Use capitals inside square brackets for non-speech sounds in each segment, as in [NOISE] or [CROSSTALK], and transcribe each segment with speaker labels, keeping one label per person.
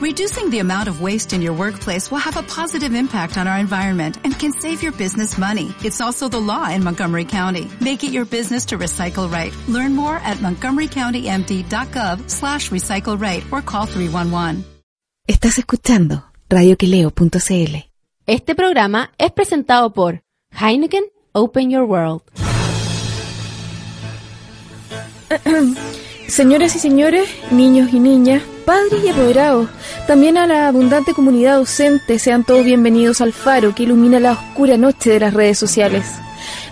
Speaker 1: Reducing the amount of waste in your workplace will have a positive impact on our environment and can save your business money. It's also the law in Montgomery County. Make it your business to recycle right. Learn more at montgomerycountymd.gov slash recycle right or call 311.
Speaker 2: Estás escuchando radioquileo.cl.
Speaker 3: Este programa es presentado por Heineken Open Your World.
Speaker 4: Señoras y señores, niños y niñas, padres y apoderados, también a la abundante comunidad docente, sean todos bienvenidos al faro que ilumina la oscura noche de las redes sociales.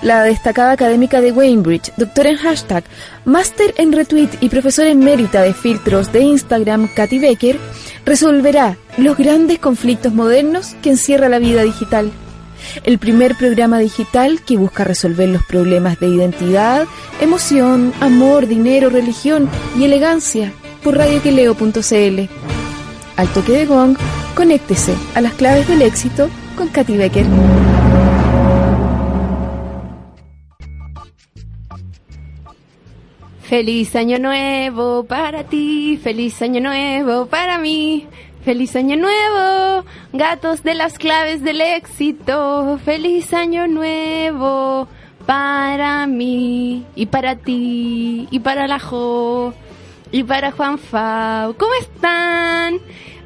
Speaker 4: La destacada académica de Wainbridge, doctora en hashtag, máster en retweet y profesora emérita de filtros de Instagram, Katy Becker, resolverá los grandes conflictos modernos que encierra la vida digital el primer programa digital que busca resolver los problemas de identidad, emoción, amor, dinero, religión y elegancia por radioqueleo.cl. Al toque de gong, conéctese a las claves del éxito con Katy Becker.
Speaker 3: Feliz año nuevo para ti, feliz año nuevo para mí. Feliz año nuevo, gatos de las claves del éxito. Feliz año nuevo para mí y para ti y para la Jo y para Juan Fau. ¿Cómo están?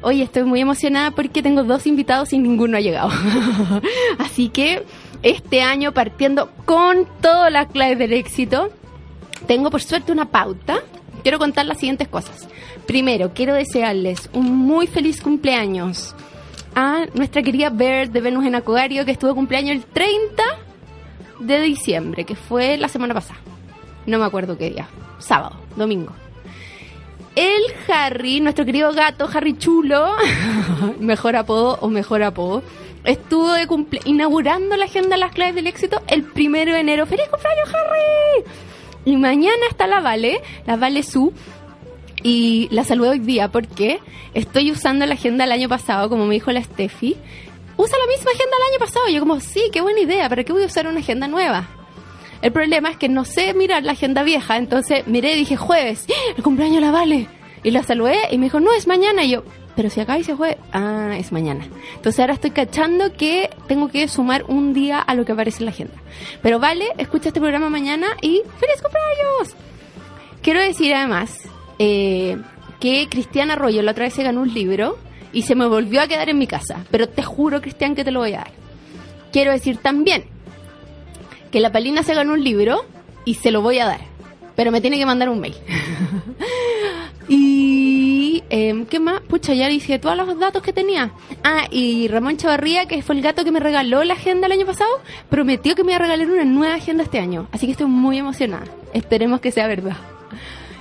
Speaker 3: Hoy estoy muy emocionada porque tengo dos invitados y ninguno ha llegado. [LAUGHS] Así que este año partiendo con todas las claves del éxito, tengo por suerte una pauta quiero contar las siguientes cosas. Primero, quiero desearles un muy feliz cumpleaños a nuestra querida Bert de Venus en Acuario, que estuvo cumpleaños el 30 de diciembre, que fue la semana pasada. No me acuerdo qué día. Sábado, domingo. El Harry, nuestro querido gato Harry Chulo, [LAUGHS] mejor apodo o mejor apodo, estuvo de cumple inaugurando la agenda Las Claves del Éxito el primero de enero. ¡Feliz cumpleaños, Harry! Y mañana está la Vale, la Vale Su. Y la saludé hoy día porque estoy usando la agenda del año pasado, como me dijo la Steffi. Usa la misma agenda del año pasado. Yo como, sí, qué buena idea, ¿para qué voy a usar una agenda nueva? El problema es que no sé mirar la agenda vieja, entonces miré y dije, jueves, ¡Ah! el cumpleaños de la Vale. Y la saludé y me dijo, no, es mañana. Y yo, pero si acá dice jueves, ah, es mañana. Entonces ahora estoy cachando que tengo que sumar un día a lo que aparece en la agenda. Pero vale, escucha este programa mañana y feliz cumpleaños. Quiero decir además eh, que Cristian Arroyo la otra vez se ganó un libro y se me volvió a quedar en mi casa. Pero te juro, Cristian, que te lo voy a dar. Quiero decir también que la Palina se ganó un libro y se lo voy a dar. Pero me tiene que mandar un mail. [LAUGHS] Y eh, ¿qué más? Pucha, ya dije todos los datos que tenía. Ah, y Ramón Chavarría, que fue el gato que me regaló la agenda el año pasado, prometió que me iba a regalar una nueva agenda este año. Así que estoy muy emocionada. Esperemos que sea verdad.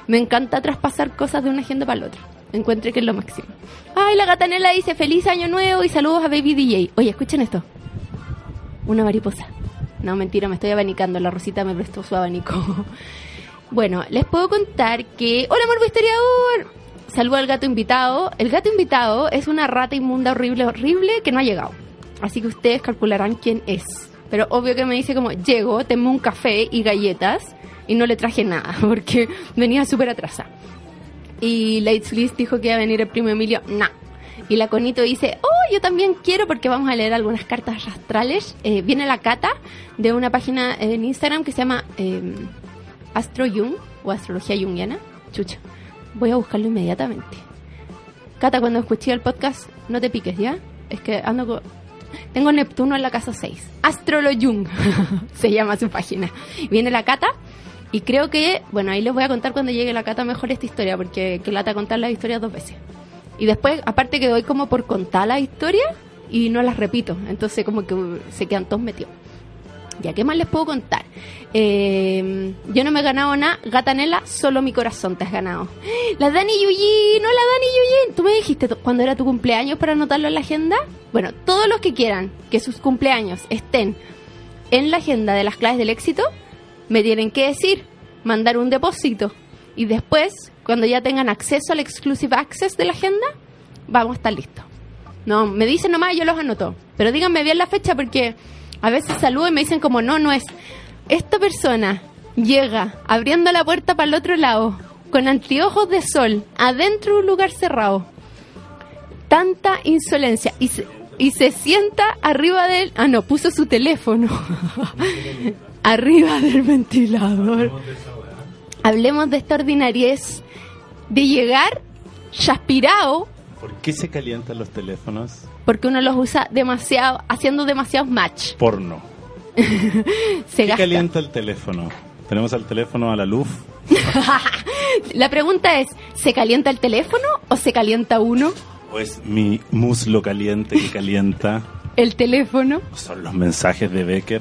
Speaker 3: Me encanta traspasar cosas de una agenda para la otra. Encuentre que es lo máximo. Ay, la gatanela dice feliz año nuevo y saludos a Baby DJ. Oye, escuchen esto. Una mariposa. No, mentira, me estoy abanicando. La Rosita me prestó su abanico. [LAUGHS] Bueno, les puedo contar que. ¡Hola, amor historiador! Saludo al gato invitado. El gato invitado es una rata inmunda horrible, horrible que no ha llegado. Así que ustedes calcularán quién es. Pero obvio que me dice como, llego, tengo un café y galletas y no le traje nada [LAUGHS] porque venía súper atrasada. Y Lights List dijo que iba a venir el primo Emilio, no. Y la Conito dice, oh, yo también quiero porque vamos a leer algunas cartas astrales. Eh, viene la cata de una página en Instagram que se llama... eh, Astro Jung o Astrología Jungiana. Chucha, voy a buscarlo inmediatamente. Cata, cuando escuché el podcast, no te piques, ¿ya? Es que ando con... Tengo Neptuno en la casa 6. Astrolo Jung [LAUGHS] se llama su página. Viene la Cata y creo que... Bueno, ahí les voy a contar cuando llegue la Cata mejor esta historia porque que lata contar las historias dos veces. Y después, aparte que doy como por contar la historia y no las repito. Entonces como que uh, se quedan todos metidos. Ya, ¿qué más les puedo contar? Eh, yo no me he ganado nada, Gatanela, solo mi corazón te has ganado. [GASPS] La Dani Yuyin, hola Dani Yuyin. ¿Tú me dijiste tu- cuándo era tu cumpleaños para anotarlo en la agenda? Bueno, todos los que quieran que sus cumpleaños estén en la agenda de las claves del éxito, me tienen que decir, mandar un depósito. Y después, cuando ya tengan acceso al exclusive access de la agenda, vamos a estar listos. No, me dicen nomás y yo los anoto. Pero díganme bien la fecha porque a veces saludo y me dicen como, no, no es. Esta persona llega abriendo la puerta para el otro lado, con anteojos de sol, adentro de un lugar cerrado. tanta insolencia y se, y se sienta arriba del... Ah, no, puso su teléfono [LAUGHS] arriba del ventilador. Hablemos de esta ordinariez de llegar chaspirado
Speaker 5: ¿Por qué se calientan los teléfonos?
Speaker 3: porque uno los usa demasiado, haciendo demasiados match.
Speaker 5: Porno.
Speaker 3: Se
Speaker 5: ¿Qué
Speaker 3: gasta.
Speaker 5: calienta el teléfono? Tenemos al teléfono a la luz.
Speaker 3: La pregunta es, ¿se calienta el teléfono o se calienta uno?
Speaker 5: ¿O es mi muslo caliente que calienta?
Speaker 3: El teléfono.
Speaker 5: ¿O son los mensajes de Becker?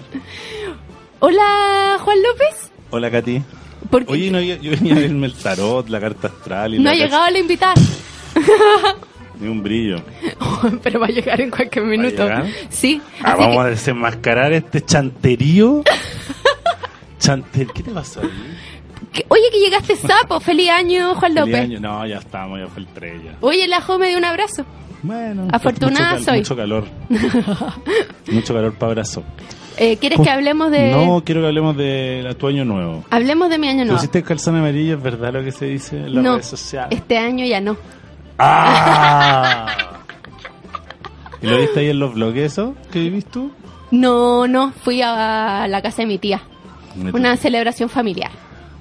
Speaker 3: Hola, Juan López.
Speaker 5: Hola, Katy.
Speaker 3: Porque
Speaker 5: Oye, no, había- yo venía a verme el tarot, la carta astral y
Speaker 3: no
Speaker 5: la
Speaker 3: ha
Speaker 5: cacha-
Speaker 3: llegado la invitada,
Speaker 5: Ni un brillo.
Speaker 3: [LAUGHS] pero va a llegar en cualquier minuto.
Speaker 5: llegar?
Speaker 3: Sí.
Speaker 5: Ah,
Speaker 3: así
Speaker 5: vamos a
Speaker 3: que-
Speaker 5: desenmascarar este chanterío. Chanter, ¿qué
Speaker 3: [LAUGHS]
Speaker 5: te pasó? ahí?
Speaker 3: pues. que- oye, que llegaste sapo. Feliz año, Juan
Speaker 5: Feliz
Speaker 3: López.
Speaker 5: año. No, ya estamos, ya fue el 3 ya.
Speaker 3: Oye, la jo me dio un abrazo.
Speaker 5: Bueno,
Speaker 3: Afortunada
Speaker 5: mucho cal-
Speaker 3: soy.
Speaker 5: Mucho calor. mucho calor para abrazo.
Speaker 3: Eh, ¿Quieres que hablemos de...?
Speaker 5: No, quiero que hablemos de tu año nuevo.
Speaker 3: Hablemos de mi año nuevo.
Speaker 5: Pusiste calzón amarillo, ¿es verdad lo que se dice en las
Speaker 3: No,
Speaker 5: redes sociales?
Speaker 3: este año ya no.
Speaker 5: ¡Ah! [LAUGHS] ¿Y lo viste ahí en los blogs eso que viste tú?
Speaker 3: No, no, fui a la casa de mi tía.
Speaker 5: Mira tú.
Speaker 3: Una celebración familiar.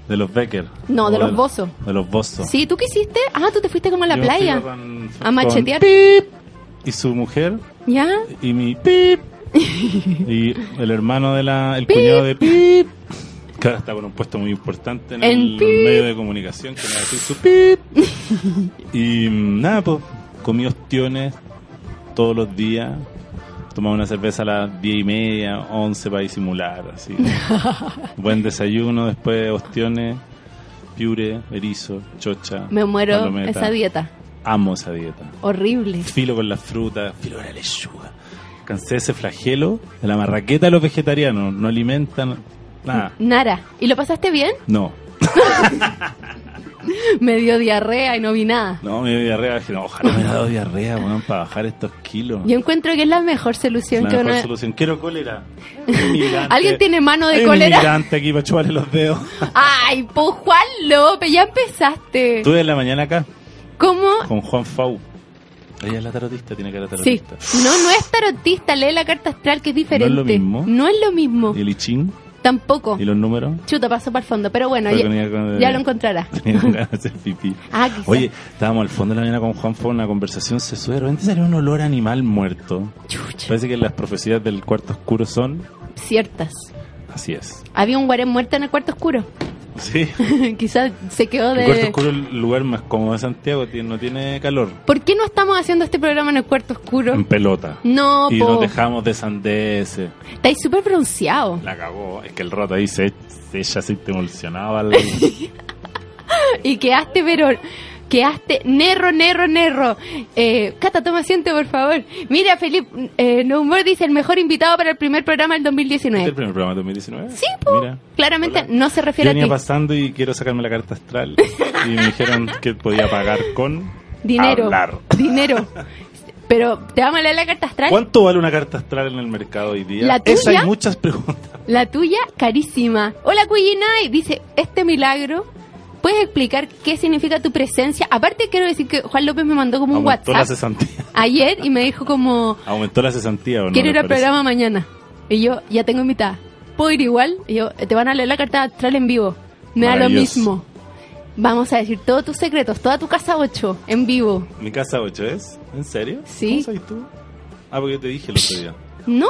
Speaker 5: De los Becker.
Speaker 3: No,
Speaker 5: O
Speaker 3: de los Bozo.
Speaker 5: De los Bozo.
Speaker 3: Sí, ¿tú qué hiciste? Ah, tú te fuiste como a la
Speaker 5: Yo
Speaker 3: playa.
Speaker 5: fui con-
Speaker 3: A
Speaker 5: con
Speaker 3: machetear.
Speaker 5: Pip y su mujer
Speaker 3: ¿Ya?
Speaker 5: y
Speaker 3: [LAUGHS]
Speaker 5: mi Pip y el hermano de la... el cuñado de Pip que ahora está con un puesto muy importante en,
Speaker 3: En
Speaker 5: el
Speaker 3: Pip.
Speaker 5: medio de comunicación que me va a decir su Pip y mm, nada, pues comí ostiones todos los días tomaba una cerveza a las diez y media, once para disimular
Speaker 3: [LAUGHS]
Speaker 5: así. buen desayuno después ostiones piure, erizo, chocha
Speaker 3: Me muero
Speaker 5: palometa.
Speaker 3: esa dieta.
Speaker 5: Amo esa dieta.
Speaker 3: Horrible.
Speaker 5: Filo con las frutas, filo con la lechuga. Cansé de ese flagelo de la marraqueta de los vegetarianos. No alimentan
Speaker 3: [LAUGHS]
Speaker 5: nada.
Speaker 3: Nara, ¿y lo pasaste bien? [LAUGHS]
Speaker 5: No.
Speaker 3: Me dio diarrea y no vi nada.
Speaker 5: No, me dio diarrea. Dije, no, ojalá me haya dado diarrea, weón, para bajar estos kilos.
Speaker 3: Yo encuentro que es la mejor
Speaker 5: Es
Speaker 3: solución
Speaker 5: la
Speaker 3: que
Speaker 5: mejor
Speaker 3: uno-
Speaker 5: solución.
Speaker 3: [LAUGHS]
Speaker 5: Quiero cólera. Inmigrante.
Speaker 3: ¿Alguien tiene mano de
Speaker 5: Hay
Speaker 3: cólera?
Speaker 5: Un inmigrante aquí para chuparle los dedos.
Speaker 3: [LAUGHS] Ay, pues Juan López, ya empezaste.
Speaker 5: Estuve en la mañana acá
Speaker 3: ¿Cómo?
Speaker 5: con Juan Fau. Ella es la tarotista, tiene que ser la
Speaker 3: Sí.
Speaker 5: tarotista.
Speaker 3: No, no es tarotista, lee la carta astral que es
Speaker 5: es lo
Speaker 3: diferente.
Speaker 5: mismo?
Speaker 3: No es lo mismo.
Speaker 5: ¿Y el I Ching?
Speaker 3: Tampoco.
Speaker 5: ¿Y los números?
Speaker 3: Chuta, pasó para el fondo. Pero bueno,
Speaker 5: Pero
Speaker 3: ya,
Speaker 5: tenía que-
Speaker 3: ya lo encontrarás.
Speaker 5: [LAUGHS] Tenía ganas de hacer pipí.
Speaker 3: [LAUGHS] Ah, quizá.
Speaker 5: Oye, estábamos al fondo de la mañana con Juan, fue una conversación sexual. De repente salió un olor a animal muerto.
Speaker 3: Chucha.
Speaker 5: Parece que las profecías del cuarto oscuro son.
Speaker 3: Ciertas.
Speaker 5: Así
Speaker 3: [LAUGHS]
Speaker 5: es.
Speaker 3: Había un guarén muerto en el cuarto oscuro. [LAUGHS]
Speaker 5: Sí.
Speaker 3: Quizás se quedó
Speaker 5: El cuarto
Speaker 3: de...
Speaker 5: oscuro es el lugar más cómodo de Santiago, tiene- no tiene calor.
Speaker 3: ¿Por qué no estamos haciendo este programa en el cuarto oscuro?
Speaker 5: En pelota.
Speaker 3: No,
Speaker 5: Y
Speaker 3: po.
Speaker 5: nos dejamos de sandeces.
Speaker 3: Estáis súper bronceado.
Speaker 5: La cagó. Es que el rato ahí se, se- ella se te
Speaker 3: [LAUGHS]
Speaker 5: emulsionaba. al-
Speaker 3: Y quedaste, pero... Quedaste nerro, nerro, nerro. Eh, Cata, toma asiento, por favor. Mira, Felipe, eh, No Humor dice el mejor invitado para el primer programa del
Speaker 5: ¿Este es
Speaker 3: 2019.
Speaker 5: el primer programa de 2019?
Speaker 3: Sí, po.
Speaker 5: Mira.
Speaker 3: Claramente
Speaker 5: Hola.
Speaker 3: no se
Speaker 5: Yo
Speaker 3: refiere a
Speaker 5: venía
Speaker 3: ti.
Speaker 5: pasando y quiero sacarme la carta astral. Y me dijeron que podía pagar con
Speaker 3: Dinero.
Speaker 5: hablar.
Speaker 3: [LAUGHS] Dinero. Pero, ¿te vamos a leer la carta astral?
Speaker 5: ¿Cuánto vale una carta astral en el mercado hoy día?
Speaker 3: ¿La
Speaker 5: Esa
Speaker 3: tuya?
Speaker 5: hay muchas preguntas.
Speaker 3: La tuya, carísima. Hola, Cuyinay. Dice, este milagro, ¿puedes explicar qué significa tu presencia? Aparte, quiero decir que Juan López me mandó como un
Speaker 5: Aumentó la
Speaker 3: WhatsApp
Speaker 5: cesantía.
Speaker 3: ayer y me dijo como,
Speaker 5: Aumentó la cesantía, ¿o no?
Speaker 3: quiero
Speaker 5: me
Speaker 3: ir al
Speaker 5: parece?
Speaker 3: programa mañana. Y yo, ya tengo invitada. ¿Puedo ir igual? Y yo, te van a leer la carta astral en vivo. Me da lo
Speaker 5: Maravilloso.
Speaker 3: mismo. Vamos a decir todos tus secretos, toda tu casa 8 en vivo.
Speaker 5: Mi casa 8 es. ¿En serio?
Speaker 3: Sí.
Speaker 5: ¿Cómo sabes tú? Ah, porque yo te dije el otro día.
Speaker 3: No,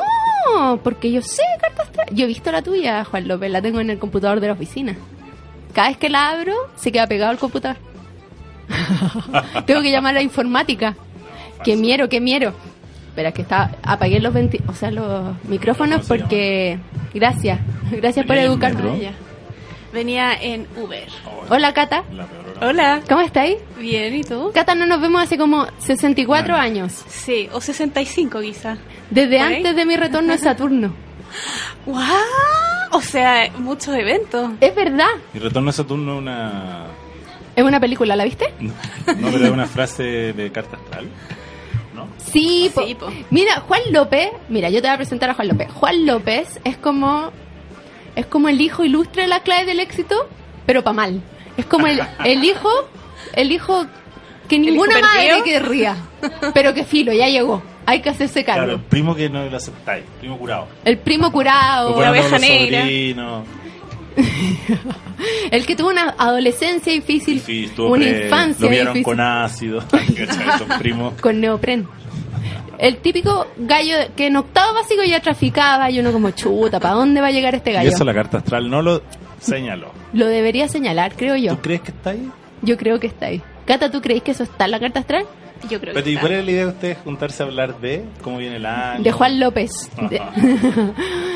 Speaker 3: porque yo sé carta astral. Yo he visto la tuya, Juan López, la tengo en el computador de la oficina. Cada vez que la abro, se queda pegado al computador. tengo que llamar a la informática. Que miero, que miero. Espera, que está, apagué los, venti- o sea, los micrófonos
Speaker 5: ¿Cómo se
Speaker 3: porque... Gracias, gracias por
Speaker 5: ¿Venía en
Speaker 3: educarme.
Speaker 5: metro?
Speaker 3: Ella.
Speaker 6: Ah, Venía en Uber.
Speaker 3: Hola, Cata.
Speaker 5: La peor hora.
Speaker 6: Hola.
Speaker 3: ¿Cómo estáis?
Speaker 6: Bien, ¿y tú?
Speaker 3: Cata, no nos vemos hace como 64 años.
Speaker 6: Sí, o 65 quizá.
Speaker 3: Desde
Speaker 6: ¿Por ahí?
Speaker 3: antes de mi retorno a Saturno.
Speaker 6: ¡Wow! O sea, muchos eventos.
Speaker 3: Es verdad.
Speaker 5: Mi retorno a Saturno es una.
Speaker 3: Es una película, ¿la viste?
Speaker 5: No, pero es una frase de carta astral.
Speaker 3: Sí, po.
Speaker 6: Pues Sí, po.
Speaker 3: mira, Juan López, mira, yo te voy a presentar a Juan López. Juan López es como es como el hijo ilustre de la clave del éxito, pero pa' mal. Es como el, el hijo, el hijo que ninguna
Speaker 6: hijo
Speaker 3: madre
Speaker 6: perdido?
Speaker 3: querría. Pero que filo, ya llegó. Hay que hacerse cargo.
Speaker 5: Claro, el primo que no lo aceptáis, primo curado.
Speaker 3: El primo curado.
Speaker 5: Lo ponen
Speaker 6: la
Speaker 5: todos los
Speaker 6: oveja negra.
Speaker 5: sobrinos.
Speaker 3: El que tuvo una adolescencia difícil,
Speaker 5: Sí, estuvo
Speaker 3: una
Speaker 5: pre-
Speaker 3: infancia
Speaker 5: Lo vieron
Speaker 3: difícil, [LAUGHS]
Speaker 5: con ácido. [LAUGHS] ¿cachai? Son primos.
Speaker 3: con neopren. El típico gallo que en octavo básico ya traficaba y uno como chuta, ¿para dónde va a llegar este
Speaker 5: Y
Speaker 3: gallo?
Speaker 5: eso la carta astral no lo señaló.
Speaker 3: Lo debería señalar, creo yo.
Speaker 5: ¿Tú crees que está ahí?
Speaker 3: Yo creo que está ahí. Cata, ¿tú crees que eso está en la carta astral?
Speaker 6: Yo creo
Speaker 5: Pero
Speaker 6: que
Speaker 5: ¿y
Speaker 6: está.
Speaker 5: cuál es la idea de ustedes juntarse a hablar de cómo viene el año?
Speaker 3: De Juan López. De, [LAUGHS]
Speaker 5: Ajá.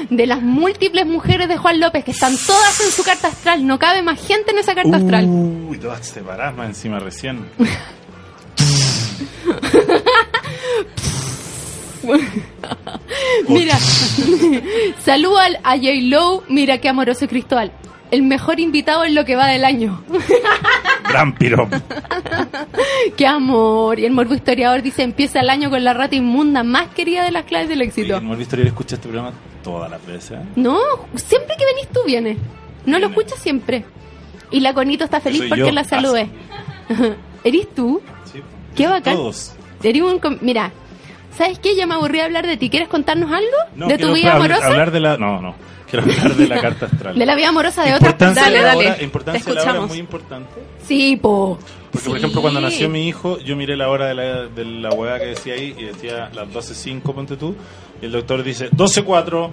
Speaker 3: de las múltiples mujeres de Juan López que están todas en su carta astral. No cabe más gente en esa carta
Speaker 5: Uh,
Speaker 3: astral.
Speaker 5: Uy, todas separadas más encima recién. [LAUGHS]
Speaker 3: [LAUGHS] Mira, saludo al, a J. Low. Mira qué amoroso Cristóbal. El mejor invitado en lo que va del año. [LAUGHS]
Speaker 5: Gran piropo.
Speaker 3: ¡Qué amor! Y el morbo historiador dice, empieza el año con la rata inmunda más querida de las claves del
Speaker 5: Y
Speaker 3: éxito.
Speaker 5: el Morbi Historiador escucha este programa todas las veces. ¿eh?
Speaker 3: No, siempre que venís tú vienes. No lo escuchas siempre. Y la Conito está feliz
Speaker 5: Soy
Speaker 3: porque
Speaker 5: yo.
Speaker 3: la saludé. [LAUGHS] ¿Eres tú?
Speaker 5: Sí.
Speaker 3: Qué bacán.
Speaker 5: Todos.
Speaker 3: Eres un com- Mira, ¿sabes qué? Ya me aburrí de hablar de ti. ¿Quieres contarnos algo?
Speaker 5: No,
Speaker 3: ¿De tu
Speaker 5: quiero
Speaker 3: vida
Speaker 5: hablar-
Speaker 3: amorosa?
Speaker 5: Hablar de la... No, no. Quiero hablar de la carta astral.
Speaker 3: De la vida amorosa de otra
Speaker 5: importancia
Speaker 6: Dale,
Speaker 5: de la
Speaker 6: dale.
Speaker 5: hora- importancia
Speaker 6: Te
Speaker 5: de la hora es
Speaker 6: escuchamos.
Speaker 5: muy importante.
Speaker 3: Sí, po.
Speaker 5: Porque, por
Speaker 3: Sí.
Speaker 5: ejemplo, cuando nació mi hijo, yo miré la hora de la, de la hueá que decía ahí y decía las 12.05, ponte tú, y el doctor dice 12.04.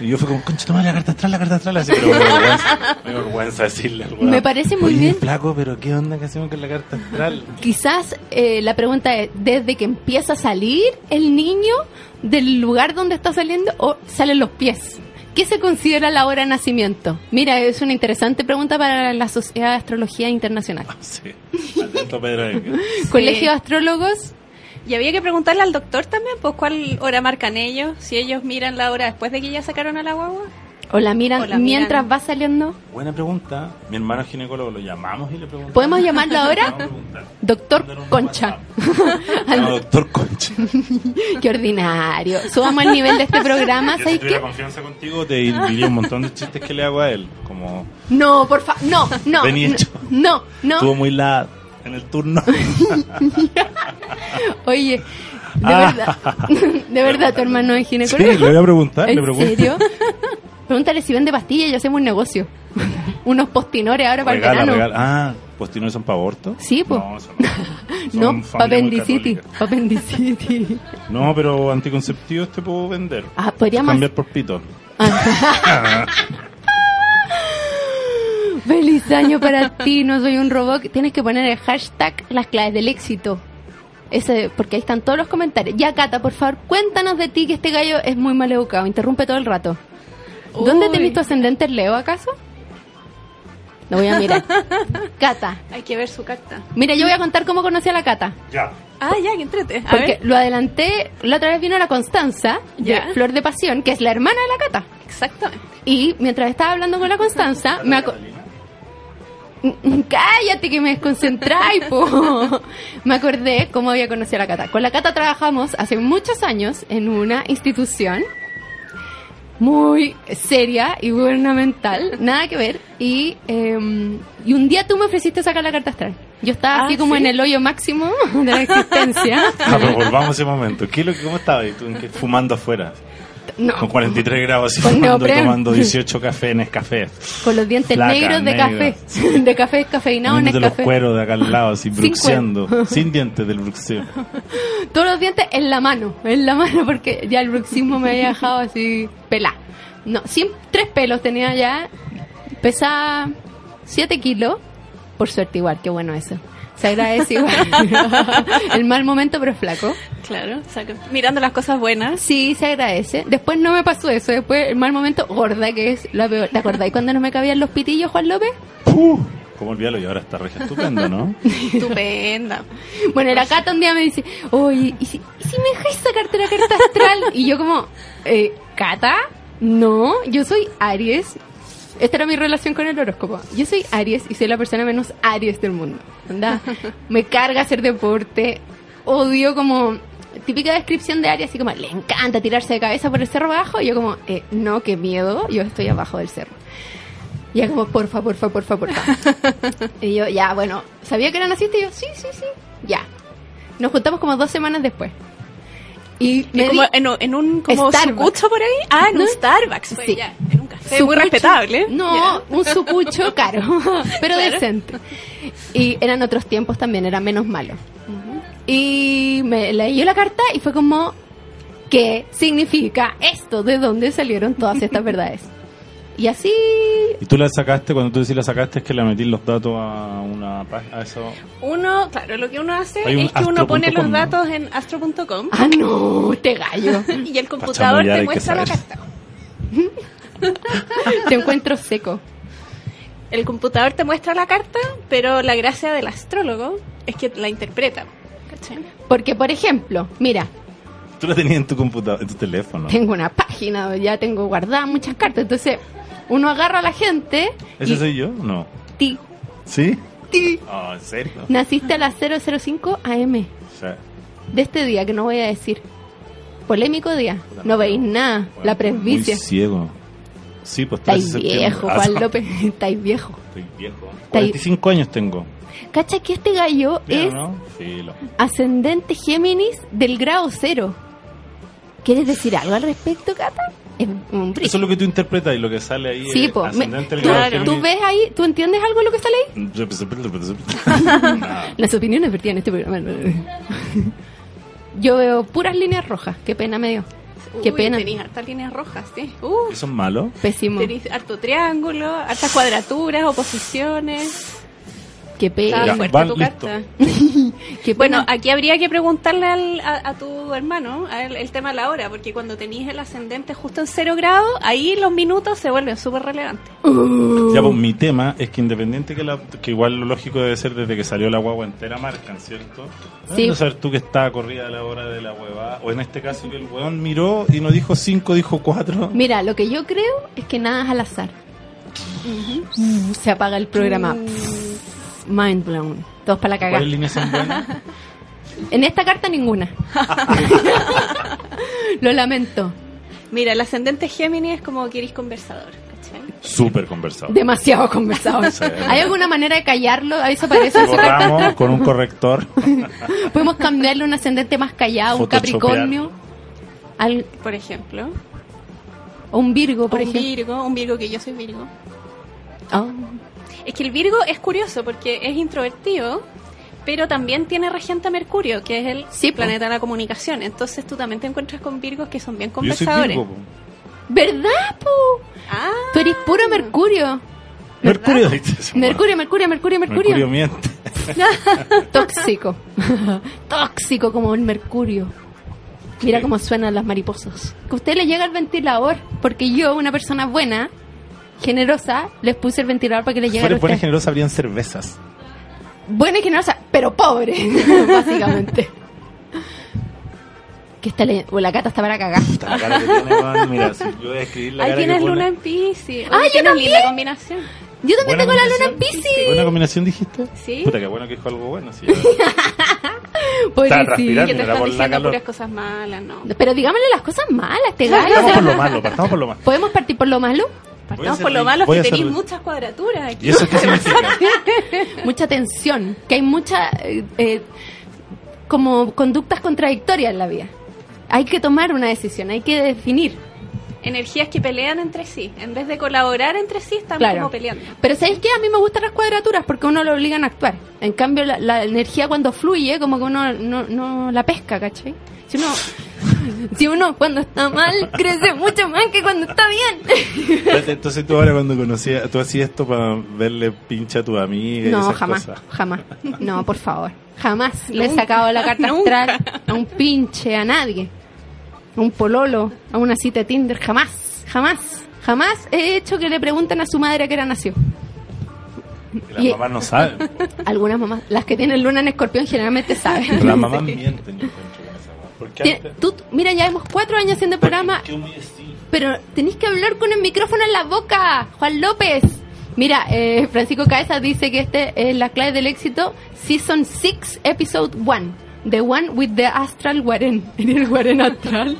Speaker 5: Y yo fue como, concha, toma la carta astral, la carta astral. Así, pero me vergüenza, me vergüenza decirle al weón,
Speaker 3: Me parece muy
Speaker 5: "Oye,
Speaker 3: bien.
Speaker 5: flaco, pero ¿qué onda que hacemos con la carta astral?
Speaker 3: Quizás eh, la pregunta es, ¿desde que empieza a salir el niño del lugar donde está saliendo o salen los pies? ¿Qué se considera la hora de nacimiento? Mira, es una interesante pregunta para la Sociedad de Astrología Internacional.
Speaker 5: Sí, atento Pedro Engel.
Speaker 3: Colegio de Astrólogos,
Speaker 6: Y había que preguntarle al doctor también, pues, cuál hora marcan ellos, si ellos miran la hora después de que ya sacaron a la guagua.
Speaker 3: o la miran
Speaker 6: O la
Speaker 3: mientras
Speaker 6: miran.
Speaker 3: va saliendo.
Speaker 5: Buena pregunta. Mi hermano es ginecólogo, lo llamamos y le preguntamos.
Speaker 3: ¿Podemos llamarlo ahora?
Speaker 5: Le vamos a preguntar.
Speaker 3: Doctor
Speaker 5: Mándale un
Speaker 3: Concha. Ah,
Speaker 5: WhatsApp. No, doctor Concha.
Speaker 3: [LAUGHS] Qué ordinario. Subamos el nivel de este programa,
Speaker 5: Yo si
Speaker 3: ¿sabes
Speaker 5: tuviera
Speaker 3: qué?
Speaker 5: confianza contigo, te diría un montón de chistes que le hago a él. Como
Speaker 3: No, por favor, no, no,
Speaker 5: Vení
Speaker 3: no,
Speaker 5: hecho.
Speaker 3: no, no.
Speaker 5: estuvo muy la en el
Speaker 3: [LAUGHS]
Speaker 5: turno.
Speaker 3: Oye, de
Speaker 5: Ah.
Speaker 3: verdad, [LAUGHS] de verdad, tu hermano es
Speaker 5: Sí,
Speaker 3: ginecólogo.
Speaker 5: le voy a preguntar. le
Speaker 3: ¿En
Speaker 5: pregunto.
Speaker 3: serio? Pregúntale si vende pastillas y hacemos un negocio. [LAUGHS] Unos postinores ahora para
Speaker 5: Regala,
Speaker 3: el verano.
Speaker 5: regala. Ah, pues no son para aborto.
Speaker 3: Sí, po.
Speaker 5: No, son
Speaker 3: [LAUGHS]
Speaker 5: no. Son
Speaker 3: No, para
Speaker 5: familia muy
Speaker 3: apendicitis.
Speaker 5: católica.
Speaker 3: pa' apendicitis.
Speaker 5: No, pero anticonceptivos te puedo vender.
Speaker 3: Ah, podríamos.
Speaker 5: Cambiar por pito.
Speaker 3: Feliz año para ti, no soy un robot. Tienes que poner el hashtag las claves del éxito. Ese, porque ahí están todos los comentarios. Ya, Cata, por favor, cuéntanos de ti que este gallo es muy mal educado, interrumpe todo el rato. ¿Dónde
Speaker 6: Uy.
Speaker 3: tenés tu ascendente en Leo, acaso? Lo voy a
Speaker 6: [LAUGHS]
Speaker 3: mirar. Cata,
Speaker 6: Hay que ver su carta.
Speaker 3: mira, yo voy a contar cómo conocí a la Cata.
Speaker 5: Ya.
Speaker 6: Ah, ya, que entrete. A
Speaker 3: Porque
Speaker 6: ver.
Speaker 3: lo adelanté, la otra vez vino la Constanza, de
Speaker 6: Ya.
Speaker 3: Flor de Pasión, que es la hermana de la Cata.
Speaker 6: Exactamente.
Speaker 3: Y mientras estaba hablando con la Constanza, me aco- [LAUGHS] Cállate que me desconcentráis, po. Me acordé cómo había conocido a la Cata. Con la Cata trabajamos hace muchos años en una institución muy seria y gubernamental, nada que ver. Y, eh, y un día tú me ofreciste sacar la carta astral. Yo estaba
Speaker 6: Ah,
Speaker 3: así como
Speaker 6: ¿sí?
Speaker 3: en el hoyo máximo de la existencia.
Speaker 6: [LAUGHS]
Speaker 5: Ah, pero volvamos a ese momento. ¿Qué es lo que, ¿Cómo estabas ahí tú? ¿En qué- Fumando afuera.
Speaker 3: No,
Speaker 5: Con 43 grados así
Speaker 3: Con
Speaker 5: fumando y
Speaker 3: neopren.
Speaker 5: tomando 18 cafés en Escafé.
Speaker 3: con los dientes
Speaker 5: Flaca,
Speaker 3: negros de
Speaker 5: negra.
Speaker 3: café, [LAUGHS] de café descafeinado en
Speaker 5: Poniéndote
Speaker 3: el
Speaker 5: los
Speaker 3: café.
Speaker 5: cueros de acá al
Speaker 3: [LAUGHS]
Speaker 5: lado, así
Speaker 3: Sin cuero. [LAUGHS]
Speaker 5: bruxeando. Sin dientes del bruxeo.
Speaker 3: todos los dientes en la mano, en la mano, porque ya el bruxismo me había dejado así pelá. No, cien- tres pelos tenía ya, pesaba 7 kilos, por suerte igual, qué bueno eso. Se agradece igual. el mal momento, pero flaco.
Speaker 6: Claro, o sea, que- mirando las cosas buenas.
Speaker 3: Sí, se agradece. Después no me pasó eso, después el mal momento, gorda, que es la peor. ¿Te acordáis cuando no me cabían los pitillos, Juan López?
Speaker 5: ¡Puf! ¿Cómo olvidarlo? Y ahora está reja
Speaker 3: [LAUGHS]
Speaker 5: estupendo, ¿no?
Speaker 6: [LAUGHS] Estupenda.
Speaker 3: Bueno, la Cata un día me dice, oye, ¿y si, y si me dejáis sacarte la carta astral? Y yo como, eh, ¿Cata? No, yo soy Aries. Esta era mi relación con el horóscopo. Yo soy Aries y soy la persona menos Aries del mundo. ¿Onda? Me carga hacer deporte. Odio como... Típica descripción de Aries, así como, le encanta tirarse de cabeza por el cerro abajo. Y yo como, eh, no, qué miedo, yo estoy abajo del cerro. Y ella como, porfa, porfa, porfa, porfa. y yo, ya, bueno, ¿sabía que eran así? Y yo, sí, sí, sí, ya. Nos juntamos como dos semanas después. Y
Speaker 6: ¿Y
Speaker 3: me
Speaker 6: como
Speaker 3: di-
Speaker 6: en, un- en un como
Speaker 3: Starbucks.
Speaker 6: sucucho por ahí? Ah, en un
Speaker 3: ¿No?
Speaker 6: Starbucks. Fue
Speaker 3: Sí.
Speaker 6: ya, en un café
Speaker 3: Sucucho-
Speaker 6: muy respetable.
Speaker 3: No,
Speaker 6: Ya.
Speaker 3: un sucucho caro, [LAUGHS] pero
Speaker 6: Claro.
Speaker 3: decente. Y eran otros tiempos también, era menos malo. Y me leyó la carta y fue como, ¿qué significa esto? ¿De dónde salieron todas estas verdades? Y así,
Speaker 5: Y tú la sacaste, cuando tú decís la sacaste, es que la metí los datos a una página. A eso.
Speaker 6: Uno, claro, lo que uno hace
Speaker 5: Hay un
Speaker 6: es que uno
Speaker 5: astro
Speaker 6: pone
Speaker 5: punto
Speaker 6: los
Speaker 5: com,
Speaker 6: datos en astro.com
Speaker 3: ah, no, te gallo,
Speaker 6: y el computador
Speaker 5: chamullar hay
Speaker 6: te
Speaker 5: que
Speaker 6: muestra la
Speaker 5: saber.
Speaker 6: carta.
Speaker 3: te encuentro seco.
Speaker 6: El computador te muestra la carta, pero la gracia del astrólogo es que la interpreta. ¿cachai?
Speaker 3: Porque, por ejemplo, mira,
Speaker 5: Tú la tenías en tu computador, en tu teléfono.
Speaker 3: tengo una página, ya tengo guardadas muchas cartas, entonces uno agarra a la gente
Speaker 5: ¿Ese
Speaker 3: y
Speaker 5: soy yo? No.
Speaker 3: ti,
Speaker 5: ¿Sí?
Speaker 3: ti,
Speaker 5: Ah, ¿en serio?
Speaker 3: Naciste a las 005 AM
Speaker 5: O sea,
Speaker 3: de este día que no voy a decir. Polémico día. No veis nada. La presbicia.
Speaker 5: Muy ciego. Sí, pues 13
Speaker 3: Estáis
Speaker 5: de septiembre.
Speaker 3: viejo,
Speaker 5: Ah,
Speaker 3: Juan
Speaker 5: no,
Speaker 3: López. [LAUGHS] Estáis viejo.
Speaker 5: Estoy viejo. 45 años tengo.
Speaker 3: Cacha que este gallo
Speaker 5: Claro,
Speaker 3: es
Speaker 5: ¿no? Filo.
Speaker 3: ascendente Géminis del grado cero. ¿Quieres decir algo al respecto, Cata? Es un brillo.
Speaker 5: Eso es lo que tú interpretas y lo que sale ahí
Speaker 3: Sí,
Speaker 5: es
Speaker 3: po. me-
Speaker 5: ascendente al
Speaker 3: ¿tú,
Speaker 5: grado
Speaker 6: Claro.
Speaker 3: tú
Speaker 5: Géminis.
Speaker 3: ves ahí, ¿tú entiendes algo de lo que sale ahí? Las opiniones vertidas en este programa. Yo veo puras líneas rojas. Qué pena me dio. Qué
Speaker 6: Uy,
Speaker 3: pena.
Speaker 6: Tenís hartas líneas rojas, sí. Uh,
Speaker 5: [LAUGHS] ¿Eso es malo?
Speaker 3: Pésimo.
Speaker 6: tenís harto triángulo, hartas cuadraturas, oposiciones.
Speaker 3: Qué
Speaker 6: Estaba
Speaker 5: Ya,
Speaker 3: pena.
Speaker 6: fuerte
Speaker 5: va,
Speaker 6: tu
Speaker 5: listo.
Speaker 6: carta.
Speaker 3: Qué
Speaker 6: Bueno,
Speaker 3: pena.
Speaker 6: aquí habría que preguntarle al- a, a tu hermano a él, el tema de la hora, porque cuando tenís el ascendente justo en cero grado, ahí los minutos se vuelven súper relevantes.
Speaker 5: Ya, pues mi tema es que independiente que, la, que igual lo lógico debe ser desde que salió la guagua entera marcan, ¿cierto?
Speaker 3: Sí.
Speaker 5: No saber tú que estaba corrida a la hora de la huevada, o en este caso que el huevón miró y no dijo cinco, dijo cuatro.
Speaker 3: Mira, lo que yo creo es que nada es al azar. Mm, Se apaga el programa. Pff, Mind blown. Todos para la cagada.
Speaker 5: ¿Cuáles líneas son buenas?
Speaker 3: [LAUGHS] En esta carta ninguna. [LAUGHS] lo lamento.
Speaker 6: Mira, el ascendente Géminis es como que eres conversador, ¿cachai?
Speaker 5: Súper conversado.
Speaker 3: Demasiado conversado.
Speaker 5: Sí.
Speaker 3: ¿Hay alguna manera de callarlo? ¿A eso parece?
Speaker 5: Borramos con un corrector.
Speaker 3: ¿Podemos cambiarle un ascendente más callado, un
Speaker 5: Photoshopear.
Speaker 3: Capricornio? Al-
Speaker 6: Por ejemplo,
Speaker 3: o un Virgo, por
Speaker 6: un
Speaker 3: ejemplo.
Speaker 6: Virgo, un Virgo que yo soy Virgo.
Speaker 3: Ah.
Speaker 6: Es que el Virgo es curioso porque es introvertido, pero también tiene regente a Mercurio, que es el
Speaker 3: Sí, po.
Speaker 6: planeta de la comunicación. Entonces tú también te encuentras con Virgos que son bien
Speaker 5: Yo soy
Speaker 6: conversadores.
Speaker 5: Virgo. po.
Speaker 3: ¿Verdad, po?
Speaker 6: Ah,
Speaker 3: Tú eres puro Mercurio.
Speaker 5: Mercurio, dice eso,
Speaker 3: Mercurio, Mercurio, Mercurio,
Speaker 5: bueno.
Speaker 3: Mercurio.
Speaker 5: Mercurio miente.
Speaker 3: Tóxico. [LAUGHS] Tóxico como el mercurio. Mira cómo suenan las mariposas. Que a usted le llega el ventilador, porque yo, una persona buena, generosa, les puse el ventilador para que le
Speaker 5: Si
Speaker 3: llegara
Speaker 5: fueran
Speaker 3: a usted.
Speaker 5: buenas generosas habrían cervezas.
Speaker 3: buena y generosa, pero pobre, [LAUGHS] básicamente. Que está le- o la cata está para cagar.
Speaker 5: Puta, la cara que tiene, weón, Mira, si yo voy a escribir la
Speaker 6: ahí
Speaker 5: cara que
Speaker 6: tienes
Speaker 5: pone-
Speaker 6: Luna en Pisces.
Speaker 3: Ah,
Speaker 6: Oye,
Speaker 3: yo
Speaker 6: tienes linda
Speaker 3: también.
Speaker 6: combinación.
Speaker 3: Yo también
Speaker 5: Buena
Speaker 3: tengo la luna
Speaker 5: combinación.
Speaker 3: en Pisces.
Speaker 5: ¿Buena combinación dijiste?
Speaker 6: Sí.
Speaker 5: Puta, qué bueno que dijo algo bueno. Sí, Está
Speaker 3: Pobrecito.
Speaker 5: transpirando,
Speaker 6: que
Speaker 5: era
Speaker 6: te están
Speaker 5: por la
Speaker 6: diciendo
Speaker 5: calor.
Speaker 6: puras cosas malas, no.
Speaker 3: Pero digámosle las cosas malas, te
Speaker 5: Partamos por
Speaker 3: gallo.
Speaker 5: lo malo, partamos por lo malo.
Speaker 3: ¿Podemos partir por lo malo?
Speaker 5: Voy a
Speaker 6: Partamos
Speaker 5: hacer
Speaker 6: por lo
Speaker 5: de-
Speaker 6: malo es
Speaker 5: voy
Speaker 6: que
Speaker 5: a hacer
Speaker 6: tenéis
Speaker 5: de-
Speaker 6: muchas cuadraturas aquí.
Speaker 5: ¿Y eso qué significa?
Speaker 3: [LAUGHS] mucha tensión, que hay mucha eh, eh, como conductas contradictorias en la vida. Hay que tomar una decisión, hay que definir.
Speaker 6: Energías que pelean entre sí. En vez de colaborar entre sí, están
Speaker 3: Claro.
Speaker 6: como peleando.
Speaker 3: Pero ¿sabéis qué? A mí me gustan las cuadraturas porque uno lo obligan a actuar. En cambio, la, la energía cuando fluye, como que uno no, no la pesca, ¿cachai? Si uno, [LAUGHS] si uno cuando está mal crece mucho más que cuando está bien. [LAUGHS]
Speaker 5: Espérate, Entonces tú ahora cuando conocías, tú hacías esto para verle pincha a tu amiga y
Speaker 3: No,
Speaker 5: esas
Speaker 3: jamás,
Speaker 5: cosas. [LAUGHS]
Speaker 3: jamás. No, por favor. Jamás le he sacado la carta
Speaker 6: Nunca.
Speaker 3: astral a un pinche, a nadie. A un pololo, a una cita de Tinder. Jamás, jamás, jamás he hecho que le pregunten a su madre a qué era nació. [LAUGHS]
Speaker 5: Y Las
Speaker 3: Y-
Speaker 5: mamás no saben. po.
Speaker 3: Algunas mamás, las que tienen luna en escorpión generalmente
Speaker 5: Pero
Speaker 3: saben.
Speaker 5: Las mamás mienten, yo encuentro con esa weá. Porque
Speaker 3: Tiene-
Speaker 5: antes-
Speaker 3: tú- mira, ya hemos cuatro años haciendo el programa,
Speaker 5: que muy así.
Speaker 3: pero tenéis que hablar con el micrófono en la boca, Juan López. Mira, eh, Francisco Caesa dice que este es la clave del éxito, Season 6, Episode 1. The One with the Astral Warren. [LAUGHS] En el Warren Astral.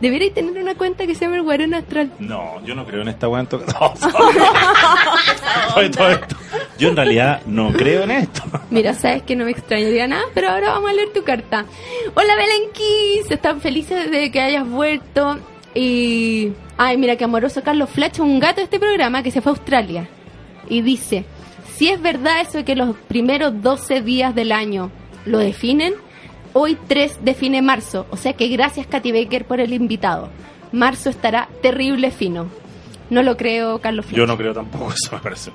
Speaker 3: Deberíais tener una cuenta que se llama el Warren Astral. [LAUGHS]
Speaker 5: No, yo no creo en esta weá. en todo- No, sorry. Todo esto- Yo en realidad no creo en esto.
Speaker 3: Mira, sabes que no me extrañaría nada, pero ahora vamos a leer tu carta. Hola Belenquis, están felices de que hayas vuelto. Y. Ay, mira que amoroso Carlos Flacho, un gato de este programa que se fue a Australia. Y dice: Si es verdad eso de que los primeros 12 días del año lo definen, hoy 3 define marzo. O sea que gracias, Katy Baker, por el invitado. Marzo estará terrible fino. No lo creo, Carlos Flacho.
Speaker 5: Yo no creo tampoco, eso me parece.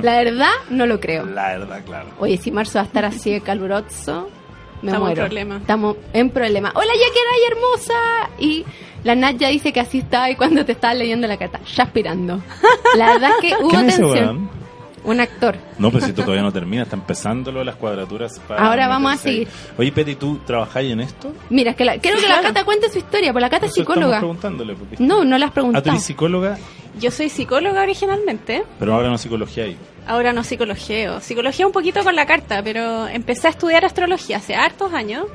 Speaker 3: La verdad, no lo creo.
Speaker 5: La verdad, claro.
Speaker 3: Oye, si marzo va a estar así de caluroso, me
Speaker 6: Estamos en
Speaker 3: muero.
Speaker 6: problema.
Speaker 3: Estamos en problema. Hola, Yaquera y hermosa. Y la Nat ya dice que así estaba y cuando te estaba leyendo la carta, ya
Speaker 6: [LAUGHS]
Speaker 3: aspirando. La verdad es que hubo
Speaker 5: ¿Quién es ese
Speaker 3: tensión.
Speaker 5: weón?
Speaker 3: Un actor.
Speaker 5: No, pero si esto todavía no termina, está empezando lo de las cuadraturas. para
Speaker 3: Ahora vamos a
Speaker 5: meterse ahí.
Speaker 3: seguir.
Speaker 5: Oye, Peti, ¿tú trabajáis en esto?
Speaker 3: Mira, es que la- quiero que la Cata cuente su historia, porque la Cata es
Speaker 5: Eso estamos
Speaker 3: psicóloga.
Speaker 5: preguntándole. porque-
Speaker 3: No, no la has
Speaker 5: Ah, tú
Speaker 3: preguntado.
Speaker 5: eres psicóloga,
Speaker 6: Yo soy psicóloga originalmente,
Speaker 5: pero ahora no psicología ahí.
Speaker 6: ahora no psicologeo. Psicología un poquito con la carta, pero empecé a estudiar astrología hace hartos años.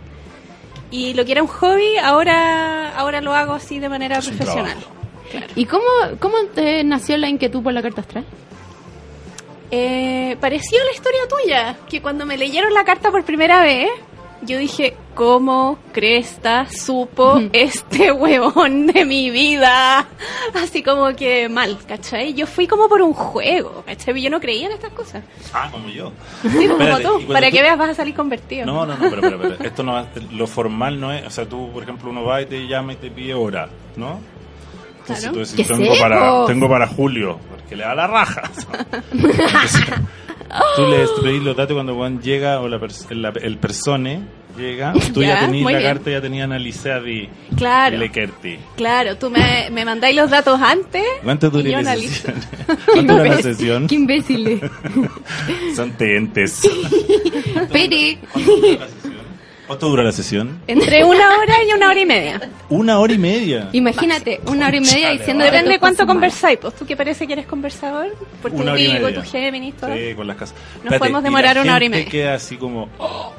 Speaker 6: Y lo que era un hobby, ahora, ahora lo hago así de manera
Speaker 5: Es un
Speaker 6: profesional.
Speaker 5: trabajo.
Speaker 3: ¿Y cómo, cómo te nació la inquietud por la carta
Speaker 6: [LAUGHS]
Speaker 3: astral?
Speaker 6: Eh, pareció la historia tuya, que cuando me leyeron la carta por primera vez, yo dije, ¿cómo cresta supo este [LAUGHS] huevón de mi vida? Así como que mal, ¿cachai? Yo fui como por un juego, ¿cachai? Yo no creía en estas cosas.
Speaker 5: Ah, como yo.
Speaker 6: Sí, pues, como
Speaker 5: Espérate, y
Speaker 6: tú,
Speaker 5: cuando
Speaker 6: para
Speaker 5: tú-
Speaker 6: que veas vas a salir convertido.
Speaker 5: No, no, no, pero, pero, pero, [LAUGHS] esto no es- lo formal no es, o sea, tú, por ejemplo, uno va y te llama y te pide hora, ¿no? Entonces
Speaker 6: Claro.
Speaker 5: tú decís,
Speaker 3: ¡Qué
Speaker 5: tengo
Speaker 3: seco!
Speaker 5: para, tengo para julio, porque le da la raja.
Speaker 6: [LAUGHS]
Speaker 5: Entonces, tú le tú pedís los datos cuando Juan llega o la pers- el, la- el persone
Speaker 6: [LAUGHS]
Speaker 5: llega, tú ya,
Speaker 6: Ya,
Speaker 5: tenías
Speaker 6: muy
Speaker 5: la
Speaker 6: bien.
Speaker 5: carta, ya tenías analizada y
Speaker 6: Claro,
Speaker 5: Lekerti.
Speaker 6: claro, tú me, me mandáis los datos antes.
Speaker 5: ¿Cuánto dura
Speaker 6: Y yo
Speaker 5: la
Speaker 6: analizo. [LAUGHS]
Speaker 5: sesión? ¿Cuánto dura la sesión?
Speaker 3: Qué imbécil.
Speaker 5: Son
Speaker 6: [LAUGHS]
Speaker 5: tentes.
Speaker 3: Pere.
Speaker 5: ¿Cuánto dura la sesión? ¿Cuánto dura la sesión?
Speaker 3: [LAUGHS]
Speaker 6: Entre una hora y una hora y [LAUGHS] media.
Speaker 5: Una hora y media.
Speaker 3: Imagínate, una hora y media
Speaker 5: Chale,
Speaker 3: diciendo
Speaker 5: vale.
Speaker 6: Depende de cuánto
Speaker 3: conversar
Speaker 6: conversáis, pues tú que parece que eres conversador, por tu
Speaker 5: Una hora y
Speaker 6: Virgo,
Speaker 5: media.
Speaker 6: tu Géminis, todo.
Speaker 5: Sí, con las casas. Nos
Speaker 6: podemos demorar una hora y media.
Speaker 5: queda así como. oh,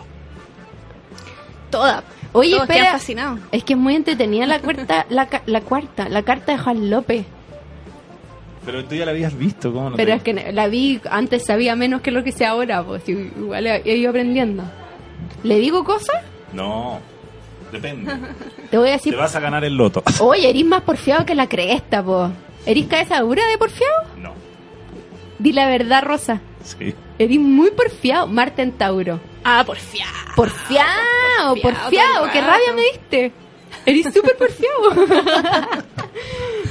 Speaker 6: Toda.
Speaker 3: Oye,
Speaker 6: Todos
Speaker 3: espera.
Speaker 6: quedan fascinados.
Speaker 3: Es que es muy entretenida la cuarta, la, ca- la cuarta, la carta de Juan López.
Speaker 5: pero tú ya la habías visto, ¿cómo no?
Speaker 3: Pero
Speaker 5: te-
Speaker 3: es que la vi, antes sabía menos que lo que sé ahora, pues y- igual he ido aprendiendo. ¿Le digo cosas?
Speaker 5: No. Depende.
Speaker 6: [LAUGHS]
Speaker 3: Te voy a
Speaker 5: Te
Speaker 3: decir,
Speaker 5: vas a ganar el loto. [LAUGHS]
Speaker 3: oye, eres más porfiado que la cresta, po. ¿Eres cabeza dura de porfiado?
Speaker 5: No.
Speaker 3: Di la verdad, Rosa.
Speaker 5: Sí.
Speaker 3: Eres muy porfiado, Marte en Tauro.
Speaker 6: Ah, por fiar.
Speaker 3: Porfiado,
Speaker 6: Porfiao,
Speaker 3: porfiado,
Speaker 6: todo
Speaker 3: qué
Speaker 6: el
Speaker 3: rabia
Speaker 6: rato.
Speaker 3: me diste. Eres súper porfiado. [LAUGHS]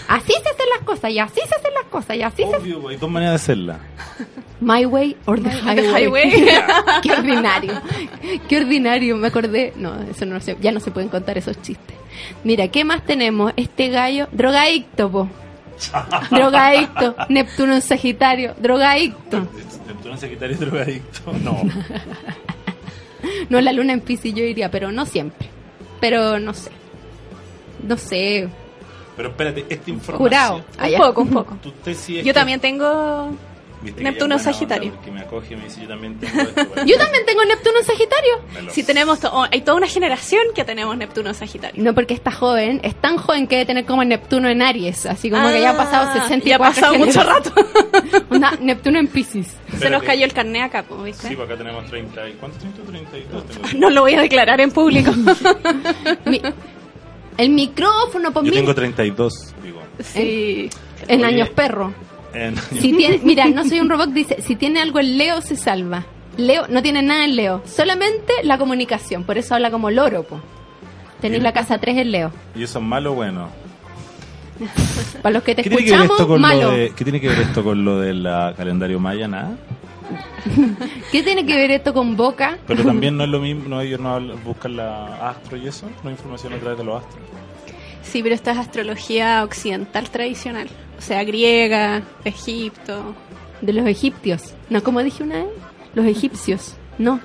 Speaker 3: así se hacen las cosas, y así se hacen las cosas, y así se
Speaker 5: Obvio, hay dos maneras de hacerla.
Speaker 3: My way or the highway.
Speaker 6: highway.
Speaker 3: [LAUGHS] Qué ordinario. Qué ordinario. Me acordé. No, eso no sé. Ya no se pueden contar esos chistes. Mira, ¿qué más tenemos? Este gallo. Drogadicto, po. [LAUGHS] Drogadicto. Neptuno en Sagitario. Drogadicto.
Speaker 5: Neptuno secretario drogadicto. [LAUGHS] No.
Speaker 3: No, la luna en Piscis yo diría, pero no siempre. Pero no sé. No sé.
Speaker 5: Pero espérate, esta información.
Speaker 3: Jurado.
Speaker 6: Un poco, un poco.
Speaker 5: Tu tesis [LAUGHS] es
Speaker 6: Yo
Speaker 5: que-
Speaker 6: también tengo.
Speaker 5: Viste que ella
Speaker 6: Neptuno
Speaker 5: es buena
Speaker 6: Sagitario.
Speaker 5: onda Porque me acoge y me dice, yo también
Speaker 6: [LAUGHS]
Speaker 5: tengo esto. Bueno,
Speaker 3: Yo también tengo Neptuno en Sagitario.
Speaker 5: me lo-
Speaker 6: Si tenemos. to- oh, hay toda una generación que tenemos Neptuno Sagitario.
Speaker 3: No, porque está joven, es tan joven que debe tener como Neptuno en Aries, así como que ya ha pasado
Speaker 6: Ah,
Speaker 3: 64
Speaker 6: Ya ha pasado mucho
Speaker 3: generaciones.
Speaker 6: rato.
Speaker 3: [LAUGHS] Onda, Neptuno en Pisces.
Speaker 6: Se nos
Speaker 5: Espérate.
Speaker 6: cayó el carné acá, pues, ¿viste?
Speaker 5: Sí, pues acá tenemos 30. ¿Y cuántos? 30 o 32. tengo yo.
Speaker 6: [LAUGHS] No lo voy a declarar en [LAUGHS] público.
Speaker 3: Mi- el micrófono, pues
Speaker 5: Yo
Speaker 3: mira,
Speaker 5: tengo 32,
Speaker 6: [LAUGHS]
Speaker 5: digo.
Speaker 6: sí.
Speaker 3: en
Speaker 5: Oye.
Speaker 3: años perro.
Speaker 5: En-
Speaker 3: Si tiene, mira, no soy un robot, dice, si tiene algo en Leo se salva. Leo no tiene nada en Leo, solamente la comunicación, por eso habla como loro, po. Tenéis la casa 3 en Leo.
Speaker 5: ¿Y eso es malo o bueno?
Speaker 3: Para los que te
Speaker 5: ¿Qué tiene que ver esto
Speaker 3: escuchamos,
Speaker 5: con
Speaker 3: malo.
Speaker 5: lo de, ¿Qué tiene que ver esto con lo del ah, calendario maya? Nada.
Speaker 3: ¿Qué tiene que ver esto con Boca? [LAUGHS]
Speaker 5: Pero también no es lo mismo, no, ellos no hablan- buscan la astro y eso, no hay información a través de los astros.
Speaker 6: Sí, pero esta es astrología occidental tradicional. O sea, griega, Egipto.
Speaker 3: De los egipcios. No, como dije una vez, los egipcios. No,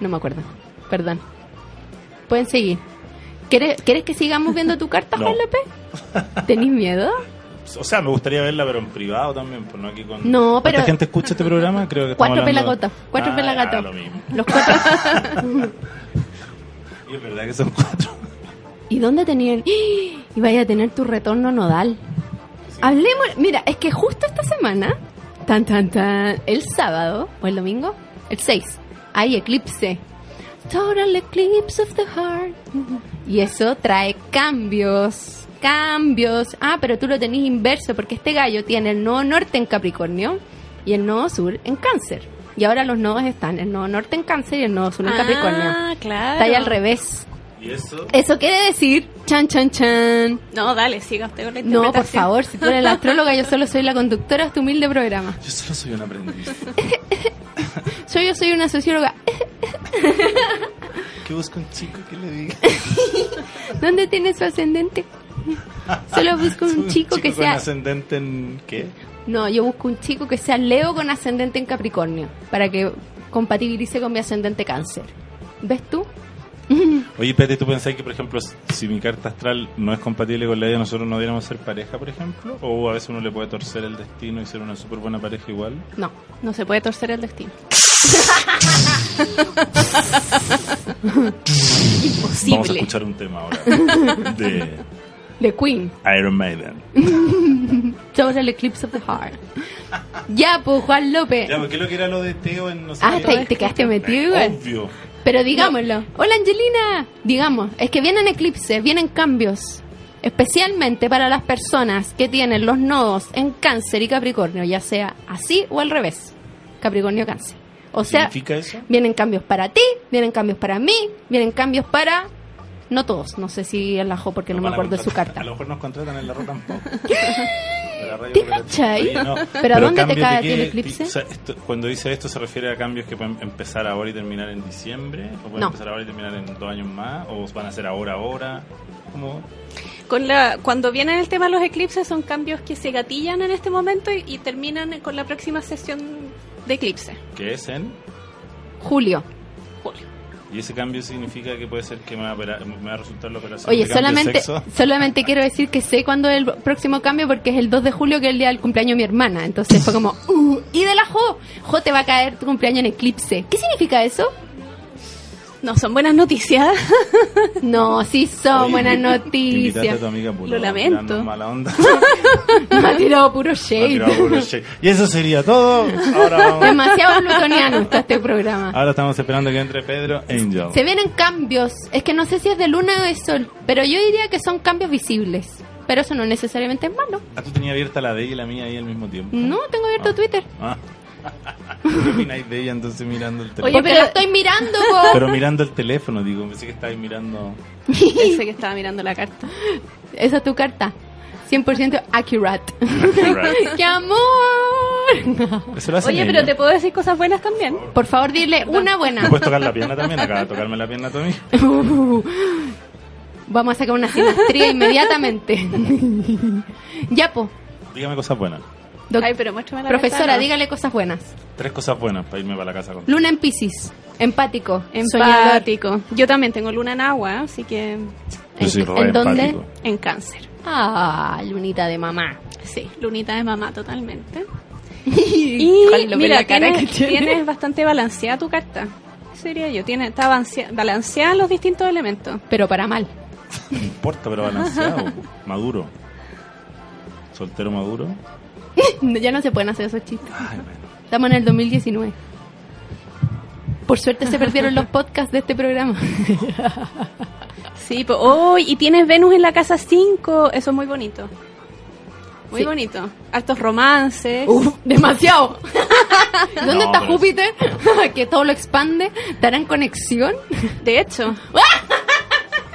Speaker 3: no me acuerdo. Perdón. Pueden seguir. ¿Quieres, quieres que sigamos viendo tu
Speaker 5: [LAUGHS]
Speaker 3: carta,
Speaker 5: No.
Speaker 3: Juan López? ¿Tenís miedo?
Speaker 5: O sea, me gustaría verla, pero en privado también, pues no aquí con.
Speaker 3: No,
Speaker 5: ¿Cuánta
Speaker 3: pero-
Speaker 5: gente escucha este programa? Creo que estamos
Speaker 3: Cuatro
Speaker 5: hablando-
Speaker 3: pelagotas, cuatro
Speaker 5: Ah,
Speaker 3: pelagatos.
Speaker 5: ya, lo mismo.
Speaker 3: Los cuatro.
Speaker 5: [LAUGHS] Y es verdad que son cuatro.
Speaker 3: ¿Y dónde tenía el.? ¡Ah! Y vaya a tener tu retorno nodal. Hablemos. Mira, es que justo esta semana Tan, tan, tan. El sábado, o el domingo, el 6, hay eclipse. Total eclipse of the heart. Y eso trae cambios. Cambios. Ah, pero tú lo tenés inverso, porque este gallo tiene el nodo norte en Capricornio y el nodo sur en Cáncer. Y ahora los nodos están, el nodo norte en Cáncer y el nodo sur en Capricornio.
Speaker 6: Ah, claro.
Speaker 3: Está ahí al revés.
Speaker 5: ¿Y eso?
Speaker 3: Eso quiere decir, chan, chan, chan.
Speaker 6: No, dale, siga usted con la
Speaker 3: No, por
Speaker 6: interpretación.
Speaker 3: favor, si tú
Speaker 6: [LAUGHS]
Speaker 3: eres la astróloga, yo solo soy la conductora de este humilde programa.
Speaker 5: Yo solo soy un aprendiz.
Speaker 3: [LAUGHS] Yo, yo soy una socióloga. [LAUGHS]
Speaker 5: ¿Qué busca un chico que le diga?
Speaker 3: ¿Dónde tiene su
Speaker 6: [LAUGHS]
Speaker 3: ascendente? Solo busco
Speaker 5: [LAUGHS]
Speaker 3: un chico que
Speaker 5: con
Speaker 3: sea...
Speaker 5: ascendente en qué?
Speaker 3: No, yo busco un chico que sea Leo con ascendente en Capricornio, para que compatibilice con mi ascendente cáncer. ¿Ves tú?
Speaker 5: Oye, Pete, ¿tú pensás que, por ejemplo, si mi carta astral no es compatible con la de nosotros, no deberíamos ser pareja, por ejemplo? ¿O a veces uno le puede torcer el destino y ser una súper buena pareja igual?
Speaker 3: No.
Speaker 6: No se puede torcer
Speaker 3: [LAUGHS]
Speaker 6: el destino. [LAUGHS]
Speaker 5: Vamos a
Speaker 6: Imposible.
Speaker 5: escuchar un tema ahora [LAUGHS] de
Speaker 3: The Queen.
Speaker 5: Iron Maiden.
Speaker 3: Sobre el Eclipse of the Heart. ya, pues, Juan López.
Speaker 5: Ya, porque lo que era lo de Teo en no sé
Speaker 3: Ah,
Speaker 5: qué?
Speaker 3: te, te quedaste metido igual.
Speaker 5: Obvio.
Speaker 3: Pero digámoslo. Hola Angelina. Digamos, es que vienen eclipses, vienen cambios. Especialmente para las personas que tienen los nodos en cáncer y capricornio, ya sea así o al revés. Capricornio, cáncer. O sea,
Speaker 5: ¿Significa eso?
Speaker 3: vienen cambios para ti, vienen cambios para mí, vienen cambios para... No todos, no sé si el ajo porque no, me
Speaker 5: van a
Speaker 3: acuerdo de su
Speaker 5: contratar.
Speaker 3: carta.
Speaker 5: A lo mejor nos contratan en la rock and pop. La radio
Speaker 3: ¿Te
Speaker 5: Cooperativa.
Speaker 3: cachai?
Speaker 5: Oye, no,
Speaker 3: ¿Pero a dónde te
Speaker 5: cambios
Speaker 3: cae a
Speaker 5: de
Speaker 3: ti el
Speaker 5: qué-
Speaker 3: eclipse?
Speaker 5: o sea, esto- cuando dice esto, ¿se refiere a cambios que pueden empezar ahora y terminar en diciembre? ¿O pueden
Speaker 3: No.
Speaker 5: empezar ahora y terminar en dos años más? ¿O van a ser ahora, ahora? ¿Cómo?
Speaker 6: Con la, cuando vienen el tema de los eclipses, son cambios que se gatillan en este momento y, y terminan con la próxima sesión de eclipse,
Speaker 5: ¿Qué es en?
Speaker 3: Julio.
Speaker 6: julio.
Speaker 5: Y ese cambio significa que puede ser que me va a, opera- me va a resultar la operación
Speaker 3: Oye,
Speaker 5: de cambio de
Speaker 3: solamente,
Speaker 5: sexo. [LAUGHS]
Speaker 3: solamente quiero decir que sé cuándo es el próximo cambio porque es el 2 de julio, que es el día del cumpleaños de mi hermana. Entonces fue
Speaker 5: [LAUGHS]
Speaker 3: como, uh, y de la Jo, Jo te va a caer tu cumpleaños en eclipse. ¿Qué significa eso?
Speaker 6: No, son buenas noticias.
Speaker 3: [LAUGHS]
Speaker 6: [LAUGHS]
Speaker 3: No, sí son
Speaker 5: Oye,
Speaker 3: buenas
Speaker 5: [LAUGHS] te- te invitaste a
Speaker 3: noticias. [LAUGHS]
Speaker 5: tu amiga, puta,
Speaker 6: Lo lamento.
Speaker 5: tirando Mala onda.
Speaker 3: Me ha tirado puro
Speaker 5: Ha
Speaker 3: shade.
Speaker 5: tirado puro shade. y eso
Speaker 3: [LAUGHS]
Speaker 5: sería todo. Ahora vamos.
Speaker 3: Demasiado plutoniano está este programa.
Speaker 5: Ahora estamos esperando que entre Pedro e Angel.
Speaker 3: Se vienen cambios. Es que no sé si es de luna o de sol, pero yo diría que son cambios visibles. Pero eso no necesariamente es malo.
Speaker 5: Ah, tú tenías abierta la de ella y la mía ahí al mismo tiempo.
Speaker 3: No, tengo abierto
Speaker 5: Ah.
Speaker 3: Twitter.
Speaker 5: Ah. [LAUGHS] ¿Qué opináis de ella entonces mirando el teléfono?
Speaker 3: Oye, pero lo estoy mirando,
Speaker 5: [LAUGHS]
Speaker 3: po.
Speaker 5: Pero mirando el teléfono, digo, pensé que estabais mirando.
Speaker 6: Pensé que estaba mirando la carta.
Speaker 3: Esa es tu carta. 100% accurate. [LAUGHS]
Speaker 5: Right.
Speaker 3: ¡Qué amor!
Speaker 5: Eso lo hacen
Speaker 6: Oye,
Speaker 5: ellos.
Speaker 6: pero te puedo decir cosas buenas también.
Speaker 3: Por favor, dile una buena.
Speaker 5: ¿Me
Speaker 6: [LAUGHS]
Speaker 5: puedes tocar la pierna también? Acaba de tocarme la pierna también.
Speaker 3: Uh, vamos a sacar una sinastría inmediatamente. [LAUGHS] ya, po.
Speaker 5: Dígame cosas buenas.
Speaker 3: Doc-
Speaker 6: Ay, pero muéstrame la
Speaker 3: profesora,
Speaker 6: carta, no.
Speaker 3: dígale cosas buenas.
Speaker 5: Tres cosas buenas para irme para la casa con.
Speaker 3: Luna en Pisces. Empático. soñador.
Speaker 6: Empático. Yo también tengo luna en agua, así que
Speaker 5: Yo soy
Speaker 3: ¿En-
Speaker 5: re
Speaker 3: en dónde?
Speaker 5: empático.
Speaker 6: en cáncer.
Speaker 3: Ah, lunita de mamá.
Speaker 6: Sí, lunita de mamá totalmente.
Speaker 3: y
Speaker 6: Y
Speaker 3: Juan lo ve
Speaker 6: mira,
Speaker 3: la cara
Speaker 6: [LAUGHS] tienes,
Speaker 3: que tiene.
Speaker 6: tienes bastante balanceada tu carta. Eso diría yo, tiene, está balancea- balanceada los distintos elementos.
Speaker 3: Pero para mal. [LAUGHS]
Speaker 5: No importa, pero balanceado. Maduro. Soltero maduro.
Speaker 3: ya no se pueden hacer esos chistes.
Speaker 5: Ay, bueno.
Speaker 3: Estamos en el 2019. Por suerte se perdieron los podcasts de este programa.
Speaker 6: Sí, pues, oh, y tienes Venus en la casa 5, eso es muy bonito. Muy
Speaker 3: Sí.
Speaker 6: bonito. Altos romances.
Speaker 3: Uf, [LAUGHS] demasiado. ¿Dónde
Speaker 5: No,
Speaker 3: está
Speaker 5: pero-
Speaker 3: Júpiter? [LAUGHS] que todo lo expande. ¿Darán conexión? [LAUGHS]
Speaker 6: De hecho. [LAUGHS]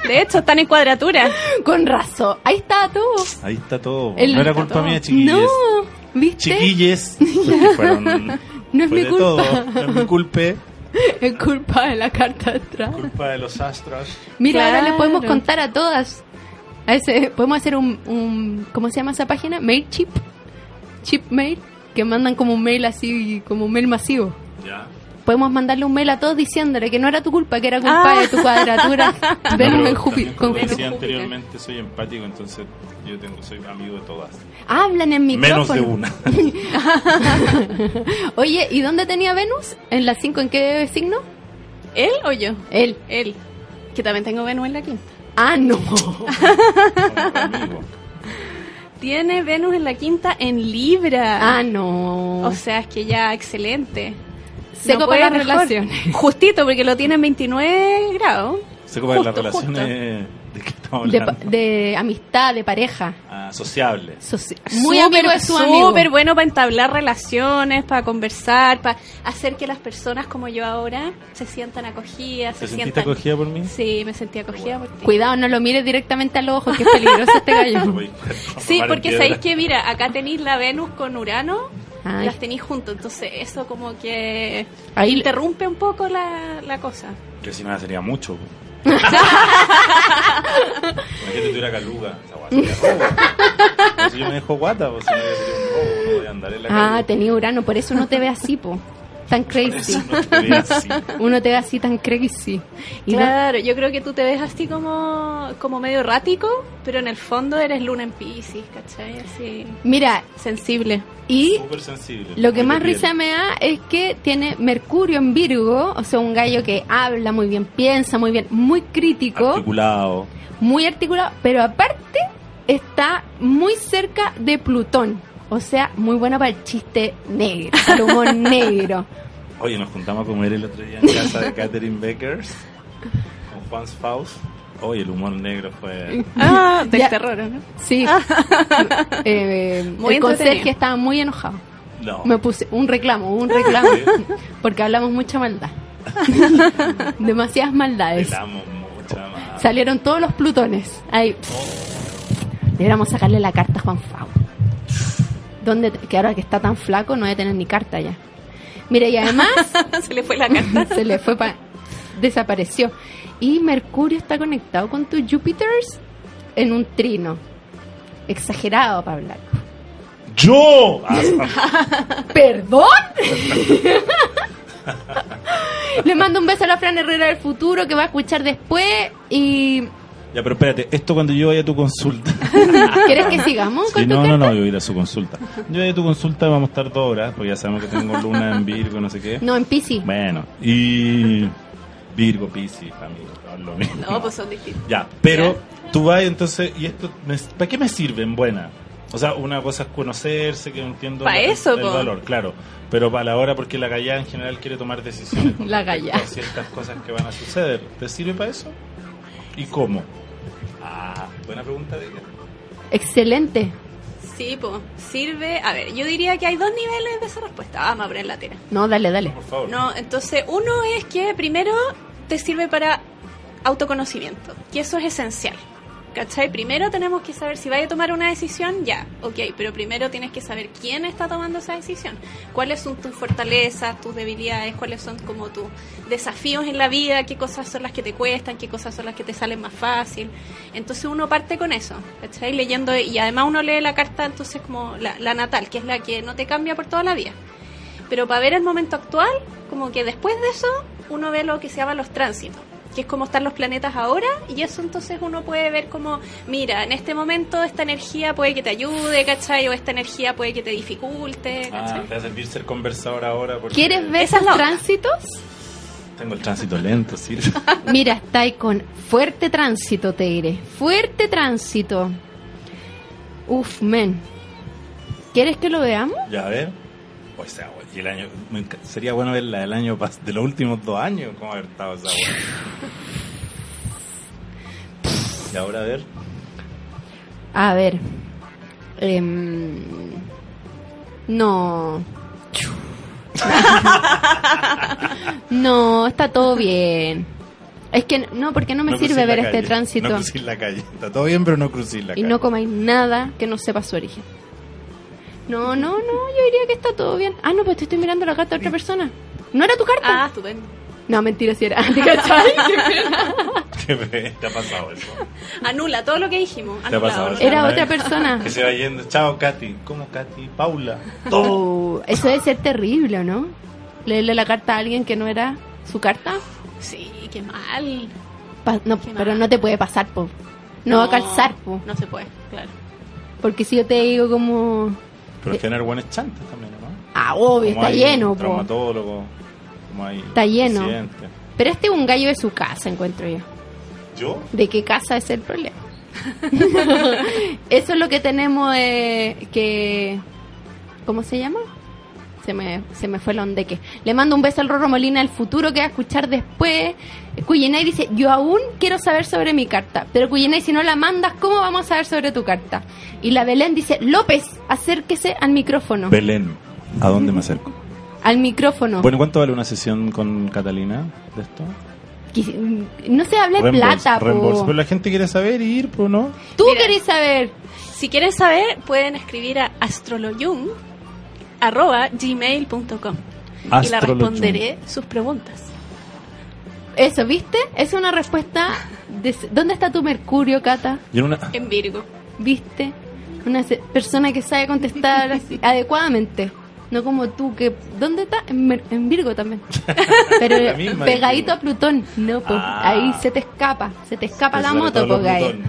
Speaker 6: De hecho, están en cuadratura.
Speaker 3: Con razón. Ahí está todo.
Speaker 5: Ahí está todo.
Speaker 3: El-
Speaker 5: no era culpa
Speaker 6: todo.
Speaker 5: mía, chiquillos.
Speaker 3: No, ¿viste?
Speaker 5: Chiquilles. porque fueron-
Speaker 3: No es
Speaker 5: fue
Speaker 3: mi
Speaker 5: de
Speaker 3: culpa.
Speaker 5: todo. No es mi culpa.
Speaker 3: [LAUGHS] Es culpa de la carta atrás.
Speaker 5: Culpa de los astros.
Speaker 3: Mira, ahora
Speaker 6: Claro.
Speaker 3: le podemos contar a todas. A ese, podemos hacer un, un- ¿Cómo se llama esa página? Mail chip. Chip mail. Que mandan como un mail así, como un mail masivo.
Speaker 5: Ya.
Speaker 3: Podemos mandarle un mail a todos diciéndole que no era tu culpa, que era culpa
Speaker 6: Ah.
Speaker 3: de tu
Speaker 6: [LAUGHS]
Speaker 3: cuadratura. Venus
Speaker 5: No,
Speaker 3: en
Speaker 5: Ah, pero
Speaker 3: Júpiter.
Speaker 5: también Como
Speaker 3: con
Speaker 5: decía
Speaker 3: Júpiter.
Speaker 5: anteriormente, soy empático, entonces yo tengo, soy amigo de todas.
Speaker 3: Hablan en micrófono.
Speaker 5: Menos de una.
Speaker 3: [LAUGHS] Oye, ¿y dónde tenía Venus? ¿En las 5? ¿En qué signo?
Speaker 6: ¿Él o yo?
Speaker 3: Él.
Speaker 6: Él. Que también tengo Venus en la quinta.
Speaker 3: Ah, no.
Speaker 5: Como amigo.
Speaker 6: tiene Venus en la quinta en Libra.
Speaker 3: Ah, no.
Speaker 6: O sea, es que ya excelente.
Speaker 3: Seco para
Speaker 6: No puede
Speaker 3: las
Speaker 6: mejor.
Speaker 3: relaciones.
Speaker 6: [LAUGHS] Justito, porque lo tiene en 29 grados.
Speaker 5: Sé cómo es las
Speaker 6: Justo, justo.
Speaker 5: relaciones de que estamos
Speaker 3: de, pa-
Speaker 5: hablando.
Speaker 3: de amistad, de pareja.
Speaker 5: Ah, sociable.
Speaker 3: Soci- Muy
Speaker 6: Súper-
Speaker 3: amigo de su amigo.
Speaker 6: Súper bueno para entablar relaciones, para conversar, para hacer que las personas como yo ahora se sientan acogidas,
Speaker 5: ¿Te
Speaker 6: se
Speaker 5: sentiste
Speaker 6: sientan...
Speaker 5: acogida por mí?
Speaker 6: Sí, me sentí acogida por ti.
Speaker 3: Cuidado, no lo mires directamente al ojo, que es peligroso este
Speaker 5: Lo
Speaker 3: gallo.
Speaker 5: [LAUGHS] voy a transformar
Speaker 6: Sí,
Speaker 5: en
Speaker 6: porque
Speaker 5: piedra.
Speaker 6: sabéis que, mira, acá tenéis la Venus con Urano,
Speaker 3: Ay.
Speaker 6: las tenéis juntos, entonces eso como que
Speaker 3: Ahí-
Speaker 6: interrumpe un poco la, la cosa.
Speaker 5: Yo si nada
Speaker 3: [LAUGHS]
Speaker 5: sería mucho. po. Imagínate tuviera caluga. Esa guata sería robo. Pero si yo me dejo guata, pues si no yo sería un robo. No voy a andar en la
Speaker 3: Ah,
Speaker 5: calle.
Speaker 3: tenía Urano, por eso uno te ve así, po. Tan crazy.
Speaker 5: Eso no estuviera así.
Speaker 3: Uno te ve así tan crazy. Y no-
Speaker 6: Claro, yo creo que tú te ves así como, como medio errático, pero en el fondo eres luna en Pisces, ¿cachai? Así
Speaker 3: mira,
Speaker 6: sensible.
Speaker 3: y
Speaker 5: Súper sensible.
Speaker 3: Lo que
Speaker 5: Muy
Speaker 3: más
Speaker 5: de piel.
Speaker 3: risa me da es que tiene Mercurio en Virgo, o sea, un gallo que habla muy bien, piensa muy bien, muy crítico,
Speaker 5: Articulado.
Speaker 3: muy articulado, pero aparte está muy cerca de Plutón. O sea, muy bueno para el chiste negro, el humor [LAUGHS] negro.
Speaker 5: Oye, nos juntamos a comer el otro día en casa de Catherine Beckers con Juan Faust. Oye, el humor negro fue.
Speaker 6: [LAUGHS] Ah, del
Speaker 3: Ya.
Speaker 6: terror, ¿no? [LAUGHS]
Speaker 3: Sí. Eh,
Speaker 6: Muy
Speaker 3: el conserje
Speaker 6: entretenido.
Speaker 3: estaba muy enojado.
Speaker 5: No.
Speaker 3: Me puse un reclamo, un reclamo,
Speaker 5: Sí.
Speaker 3: porque hablamos mucha maldad. Demasiadas maldades.
Speaker 5: El amo mucho más.
Speaker 3: Salieron todos los plutones. Ahí. Deberíamos sacarle la carta a Juan Fau. ¿Dónde te- que ahora que está tan flaco no voy a tener ni carta ya. Mire, y además
Speaker 6: [LAUGHS] Se le fue la carta.
Speaker 3: [LAUGHS] se le fue pa- desapareció. Y Mercurio está conectado con tus Júpiters en un trino. Exagerado para hablar.
Speaker 5: ¡Yo! Ah,
Speaker 3: ¿Perdón? Le mando un beso a la Fran Herrera del futuro que va a escuchar después
Speaker 5: [COUGHS]
Speaker 3: y
Speaker 5: ya, pero espérate, esto cuando yo vaya a tu
Speaker 6: [LAUGHS]
Speaker 5: consulta.
Speaker 3: ¿Quieres que sigamos
Speaker 5: Sí,
Speaker 3: con tu
Speaker 5: no,
Speaker 3: carta?
Speaker 5: no, no, yo voy a ir a su consulta. Yo voy a tu consulta, vamos a estar dos horas, porque ya sabemos que tengo luna en Virgo, no sé qué.
Speaker 6: [LAUGHS]
Speaker 3: No, en Piscis.
Speaker 5: Bueno, y Virgo, Piscis, amigo, lo mismo.
Speaker 6: No, pues son distintos.
Speaker 5: Ya, pero tú vas entonces, ¿y esto me- para qué me sirven? Buena. O sea, una cosa es conocerse, que entiendo
Speaker 6: Pa'
Speaker 5: la-
Speaker 6: eso,
Speaker 5: el
Speaker 6: po.
Speaker 5: valor, claro. Pero para la hora, porque la gallá en general quiere tomar
Speaker 6: [LAUGHS]
Speaker 5: decisiones con
Speaker 3: La
Speaker 5: respecto
Speaker 3: gallá.
Speaker 5: a ciertas cosas que van a suceder. ¿Te sirve para eso? ¿Y cómo? Ah, buena pregunta de ella.
Speaker 3: Excelente.
Speaker 6: Sí, pues sirve. A ver, yo diría que hay dos niveles de esa respuesta. Ah, me abren la tela.
Speaker 3: No, dale, dale.
Speaker 5: Por favor. Ah,
Speaker 6: No, entonces uno es que primero te sirve para autoconocimiento, que eso es esencial. ¿Cachai? Primero tenemos que saber si vaya a tomar una decisión, ya, ok, pero primero tienes que saber quién está tomando esa decisión, cuáles son tus fortalezas, tus debilidades, cuáles son como tus desafíos en la vida, qué cosas son las que te cuestan, qué cosas son las que te salen más fácil. Entonces uno parte con eso, ¿cachai? Leyendo, y además uno lee la carta, entonces como la, la natal, que es la que no te cambia por toda la vida. Pero para ver el momento actual, como que después de eso, uno ve lo que se llama los tránsitos, que es como están los planetas ahora, y eso entonces uno puede ver como, mira, en este momento esta energía puede que te ayude, ¿cachai? O esta energía puede que te dificulte,
Speaker 5: Ah,
Speaker 6: ¿cachai?
Speaker 5: te va a servir ser conversador ahora porque
Speaker 3: ¿Quieres ver
Speaker 6: Esa
Speaker 3: esos
Speaker 6: es la otra.
Speaker 3: tránsitos?
Speaker 5: tengo el tránsito lento, sí.
Speaker 3: Mira, está ahí con fuerte tránsito, te diré. Fuerte tránsito. Uf, men. ¿Quieres que lo veamos?
Speaker 5: ya, a ver. O sea, güey, y el año, me enca- sería bueno ver la del año pas- de los últimos dos años, cómo haber estado esa güey. Y ahora a ver,
Speaker 3: A ver. Em, no. no, está todo bien. Es que no, porque no me
Speaker 5: crucéis
Speaker 3: sirve
Speaker 5: la
Speaker 3: ver este
Speaker 5: calle,
Speaker 3: tránsito.
Speaker 5: No crucéis la calle. Está todo bien, pero no crucéis la
Speaker 3: y
Speaker 5: calle.
Speaker 3: no
Speaker 5: [LAUGHS]
Speaker 3: comáis nada que no sepa su origen. No, no, no, yo diría que está todo bien. Ah, no, pues te estoy mirando la carta de otra persona. ¿No era tu
Speaker 6: Ah,
Speaker 3: carta?
Speaker 6: estupendo.
Speaker 3: No, mentira, si era. [LAUGHS] ¿Te cachai?
Speaker 5: Te ha pasado eso.
Speaker 6: Anula todo lo que dijimos.
Speaker 5: Te ha pasado
Speaker 6: Anulado,
Speaker 5: eso.
Speaker 3: Era
Speaker 5: Una
Speaker 3: otra
Speaker 5: vez
Speaker 3: persona.
Speaker 5: Que se va yendo. Chao, Katy. ¿Cómo Katy? Paula. Todo.
Speaker 3: Oh, eso debe ser terrible, ¿o ¿no? Leerle la carta a alguien que no era su carta.
Speaker 6: ¿no? Sí, qué mal.
Speaker 3: Pa- no,
Speaker 6: Qué
Speaker 3: pero
Speaker 6: mal.
Speaker 3: no te puede pasar, po. No, va a calzar, po.
Speaker 6: No se puede, claro.
Speaker 3: Porque si yo te digo como...
Speaker 5: Pero tener buenos chantes también, ¿no?
Speaker 3: Ah, obvio,
Speaker 5: Como
Speaker 3: está
Speaker 5: hay
Speaker 3: lleno, po.
Speaker 5: Traumatólogo. Como hay
Speaker 3: Está lleno.
Speaker 5: presidente.
Speaker 3: Pero este es un gallo de su casa, encuentro yo.
Speaker 5: ¿Yo?
Speaker 3: ¿De qué casa es el problema? [LAUGHS] Eso es lo que tenemos eh, que... ¿Cómo se llama? Se me, se me fue el ondeque. Le mando un beso al Rorro Molina, el futuro que va a escuchar después. Cuyenay dice, yo aún quiero saber sobre mi carta. Pero Cuyenay, si no la mandas, ¿cómo vamos a saber sobre tu carta? Y la Belén dice, López, acérquese al micrófono.
Speaker 5: Belén, ¿a dónde me acerco?
Speaker 3: al micrófono.
Speaker 5: Bueno, ¿cuánto vale una sesión con Catalina de esto?
Speaker 3: Quis- mm, No se habla de
Speaker 5: Reembolso,
Speaker 3: plata, po.
Speaker 5: reembolso. Pero la gente quiere saber y ir, pues, ¿no?
Speaker 3: Tú
Speaker 6: Mira.
Speaker 3: querés saber.
Speaker 6: Si quieren saber, pueden escribir a astroloyun arroba gmail.com y la
Speaker 5: Astroloyun.
Speaker 6: responderé sus preguntas.
Speaker 3: Eso, ¿viste? Es una respuesta. de- ¿Dónde está tu Mercurio, Cata?
Speaker 5: Yo en una-
Speaker 6: En Virgo.
Speaker 3: ¿Viste? Una se- persona que sabe contestar
Speaker 5: [LAUGHS]
Speaker 3: así- adecuadamente. No como tú, que... ¿Dónde está? En, Mer- en Virgo
Speaker 5: [LAUGHS]
Speaker 3: también.
Speaker 5: La
Speaker 3: Pero
Speaker 5: misma,
Speaker 3: pegadito
Speaker 5: Virgo.
Speaker 3: a Plutón. No, po.
Speaker 5: Ah.
Speaker 3: Ahí se te escapa. Se te escapa la
Speaker 5: Sobre
Speaker 3: moto,
Speaker 5: todo
Speaker 3: po,
Speaker 5: los
Speaker 3: gallo.
Speaker 5: botones.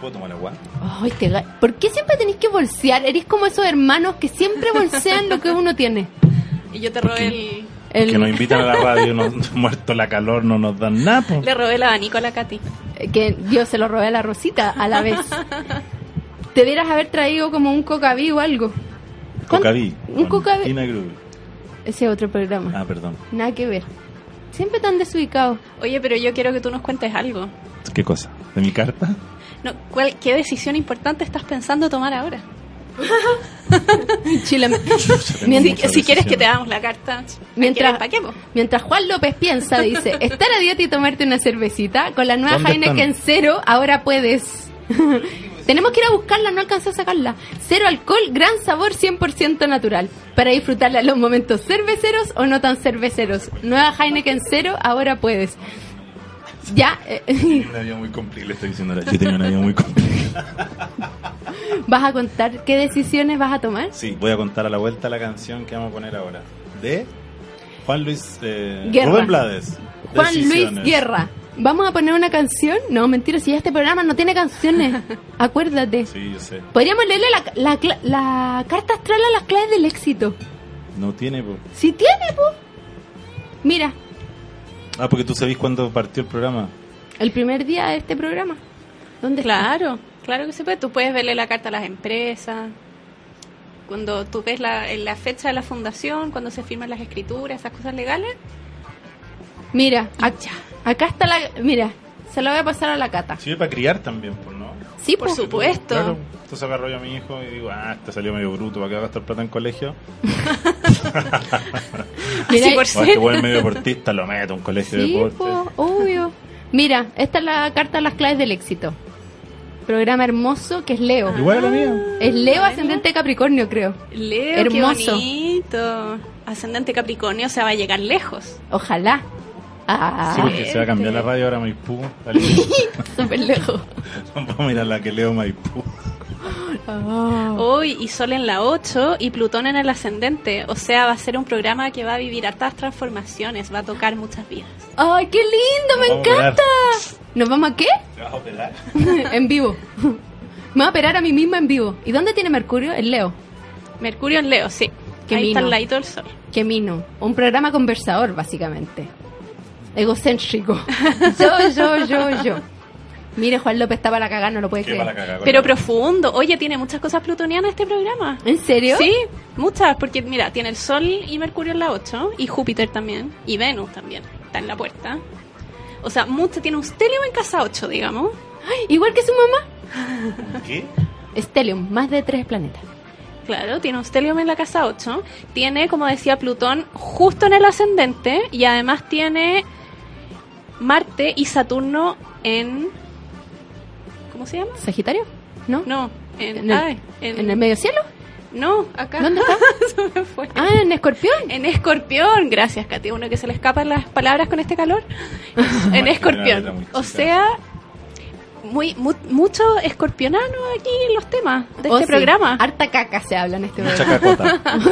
Speaker 5: ¿Puedo tomar agua?
Speaker 3: Ay, te ga- ¿Por qué siempre tenés que bolsear? Eres como esos hermanos que siempre bolsean lo que uno
Speaker 5: [LAUGHS]
Speaker 3: tiene.
Speaker 6: Y yo te robé el...
Speaker 3: El-
Speaker 5: Que nos invitan a la radio,
Speaker 3: [LAUGHS]
Speaker 5: nos, muerto la calor, no nos dan nada, po.
Speaker 6: Le robé el abanico a la Katy.
Speaker 3: que yo se lo robé a la Rosita a la vez. Te debieras haber traído como un cocaví o algo.
Speaker 5: Cocaví.
Speaker 3: Un
Speaker 5: con
Speaker 3: cocaví.
Speaker 5: Tina Gruber.
Speaker 3: Ese otro programa.
Speaker 5: Ah, perdón.
Speaker 3: Nada que ver. Siempre tan
Speaker 5: [LAUGHS]
Speaker 3: desubicado.
Speaker 6: Oye, pero yo quiero que tú nos cuentes algo.
Speaker 5: ¿Qué cosa? ¿De mi [LAUGHS] carta?
Speaker 6: No, ¿cuál, ¿Qué decisión importante estás pensando tomar ahora?
Speaker 5: [LAUGHS]
Speaker 3: Chile.
Speaker 5: Tengo
Speaker 6: Si,
Speaker 5: mucha
Speaker 6: si quieres que
Speaker 5: decisión.
Speaker 6: te hagamos la carta,
Speaker 3: Mientras,
Speaker 6: ¿para qué? po?
Speaker 3: mientras Juan López piensa, dice, estar a dieta y tomarte una cervecita con la nueva
Speaker 5: ¿Dónde están?
Speaker 3: Heineken cero, ahora puedes. [LAUGHS] Tenemos que ir a buscarla, no alcancé a sacarla. Cero alcohol, gran sabor 100% natural. Para disfrutarla en los momentos cerveceros o no tan cerveceros. Nueva Heineken cero, ahora puedes. Ya, eh, [LAUGHS]
Speaker 5: Tenía una vida muy complicada, le estoy diciendo ahora. Yo tenía una vida muy complicada.
Speaker 3: ¿vas a contar qué decisiones vas a tomar?
Speaker 5: Sí, voy a contar a la vuelta la canción que vamos a poner ahora. De Juan Luis... eh,
Speaker 3: Guerra.
Speaker 5: Rubén Blades.
Speaker 3: Juan Luis
Speaker 5: Decisiones.
Speaker 3: Guerra. ¿Vamos a poner una canción? No, mentira, si ya este programa no tiene canciones. Acuérdate.
Speaker 5: Sí, yo sé.
Speaker 3: Podríamos leerle la, la cla- la carta astral a las claves del éxito.
Speaker 5: No tiene... po.
Speaker 3: Si tiene, po. Mira,
Speaker 5: Ah, porque tú sabés cuándo partió el programa.
Speaker 3: el primer día de este programa. ¿Dónde está?
Speaker 6: Claro, claro que se puede. Tú puedes verle la carta a las empresas. Cuando tú ves la, en la fecha de la fundación, cuando se firman las escrituras, esas cosas legales.
Speaker 3: Mira,
Speaker 6: Ah,
Speaker 3: acá, acá está la. Mira, se la voy a pasar a la cata.
Speaker 5: Sirve para criar también, pues, ¿no?
Speaker 3: Sí,
Speaker 6: Por
Speaker 3: po.
Speaker 6: supuesto.
Speaker 5: Claro, entonces agarro yo a mi hijo y digo, ah, este salió medio bruto, ¿para qué va a gastar plata en colegio?
Speaker 3: Mira,
Speaker 6: Así por
Speaker 5: O este
Speaker 6: ser.
Speaker 5: buen medio deportista lo meto a un colegio de
Speaker 3: sí,
Speaker 5: deporte.
Speaker 3: po, obvio. Mira, esta es la carta a las claves del éxito. Programa hermoso que es Leo.
Speaker 5: Igual a la mía.
Speaker 3: Es Leo ascendente Capricornio, creo.
Speaker 6: Leo, qué
Speaker 3: Hermoso.
Speaker 6: bonito. Ascendente Capricornio, o sea, va a llegar lejos.
Speaker 3: Ojalá. Ah,
Speaker 5: Sí, porque se va a cambiar la radio ahora a Maipú. Dale,
Speaker 3: súper lejos.
Speaker 5: Vamos a mirar la que leo Maipú.
Speaker 6: Hoy y Sol en la 8 y Plutón en el ascendente. O sea, va a ser un programa que va a vivir hartas transformaciones, va a tocar muchas vidas.
Speaker 3: ¡Ay, qué lindo! ¡Me
Speaker 5: Nos vamos a
Speaker 3: encanta! ¿Nos vamos a qué?
Speaker 5: ¿Te vas a operar?
Speaker 3: [LAUGHS] en vivo. Me voy a operar a mí misma en vivo. ¿Y dónde tiene Mercurio? En Leo.
Speaker 6: Mercurio en Leo, sí.
Speaker 3: Qué
Speaker 6: Ahí está
Speaker 3: mino.
Speaker 6: al ladito del Sol.
Speaker 3: Que mino. Un programa conversador, básicamente.
Speaker 6: [LAUGHS]
Speaker 3: Egocéntrico. Yo, yo, yo, yo. Mire, Juan López estaba la cagada, no lo puede
Speaker 5: Qué mala
Speaker 3: creer.
Speaker 5: cagada. con
Speaker 6: Pero
Speaker 5: la-
Speaker 6: profundo. Oye, tiene muchas cosas plutonianas este programa.
Speaker 3: ¿En serio?
Speaker 6: Sí, muchas, porque mira, tiene el Sol y Mercurio en la 8, y Júpiter también, y Venus también, está en la puerta. O sea, mucho, tiene un Stellium en casa 8, digamos.
Speaker 3: Ay, Igual que su mamá.
Speaker 5: ¿Qué?
Speaker 3: Stellium, más de tres planetas.
Speaker 6: Claro, tiene un Stellium en la casa 8, tiene, como decía Plutón, justo en el ascendente, y además tiene Marte y Saturno en... ¿Cómo se llama?
Speaker 3: ¿Sagitario? ¿No?
Speaker 6: No, en...
Speaker 3: ¿En el,
Speaker 6: ay, en-
Speaker 3: en el medio cielo?
Speaker 6: No, acá.
Speaker 3: ¿Dónde está?
Speaker 6: Se me fue.
Speaker 3: Ah, en escorpión.
Speaker 6: [LAUGHS] En escorpión, gracias Katy, uno que se le escapan las palabras con este calor. en
Speaker 5: Tiene una letra muy
Speaker 6: escorpión.
Speaker 5: chica.
Speaker 6: O sea, muy, mu- mucho escorpionano aquí en los temas de
Speaker 3: Oh, sí.
Speaker 6: este programa.
Speaker 3: Harta caca se habla en este
Speaker 5: Mucha
Speaker 3: programa.
Speaker 5: cacota.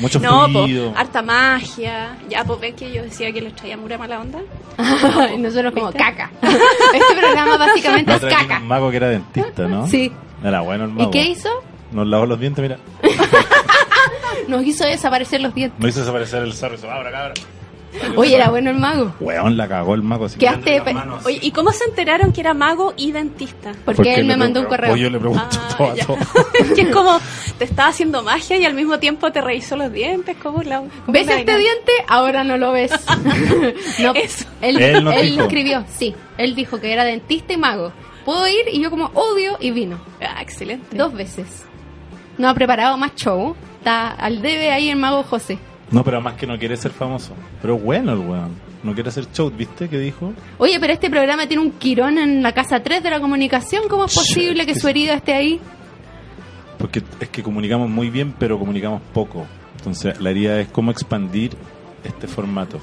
Speaker 5: Mucho
Speaker 6: no, po,
Speaker 5: fluido.
Speaker 6: harta magia. Ya, pues ven que yo decía que les traía mura mala onda.
Speaker 3: Y [LAUGHS] Nosotros como
Speaker 6: ¿Viste?
Speaker 3: caca. Este programa básicamente
Speaker 5: La
Speaker 3: es
Speaker 5: otra vez vino
Speaker 3: caca.
Speaker 5: un mago que era dentista, ¿no?
Speaker 3: Sí.
Speaker 5: Era bueno el mago.
Speaker 3: ¿Y qué hizo?
Speaker 5: Nos lavó los dientes, mira.
Speaker 3: Nos hizo desaparecer los dientes.
Speaker 5: Nos hizo desaparecer el zorro y hizo, "Abra, cabra".
Speaker 3: Oye, era bueno el mago.
Speaker 5: Weón, la cagó el mago. así que-
Speaker 3: Quedaste
Speaker 5: Las manos.
Speaker 6: Oye, ¿y cómo se enteraron que era mago y dentista?
Speaker 3: Porque, él
Speaker 5: le
Speaker 3: me mandó un
Speaker 5: pregunto-
Speaker 3: correo.
Speaker 5: Oye, yo le pregunto [LAUGHS]
Speaker 6: Ah,
Speaker 5: todo a
Speaker 6: ya.
Speaker 5: todo.
Speaker 6: [LAUGHS] que es como te estaba haciendo magia y al mismo tiempo te revisó los dientes. ¿Cómo la, cómo
Speaker 3: ¿Ves
Speaker 6: la
Speaker 3: este
Speaker 6: vaina?
Speaker 3: diente? Ahora no [LAUGHS] lo ves. no,
Speaker 6: Eso.
Speaker 3: Él,
Speaker 5: Él nos
Speaker 3: él
Speaker 5: dijo.
Speaker 3: lo escribió, sí. Él dijo que era dentista y mago. Puedo ir y yo como obvio y vino.
Speaker 6: Ah, excelente.
Speaker 3: Dos veces. No ha preparado más show. Está al debe ahí el mago José.
Speaker 5: No, pero más que no quiere ser famoso. Pero bueno, el weón. No quiere hacer show, ¿viste? ¿Qué dijo?
Speaker 3: Oye, pero este programa tiene un quirón en la casa 3 de la comunicación. ¿Cómo es
Speaker 5: Shit,
Speaker 3: posible que
Speaker 5: que
Speaker 3: su herida esté ahí?
Speaker 5: Porque es que comunicamos muy bien, pero comunicamos poco. Entonces, la idea es cómo expandir este formato.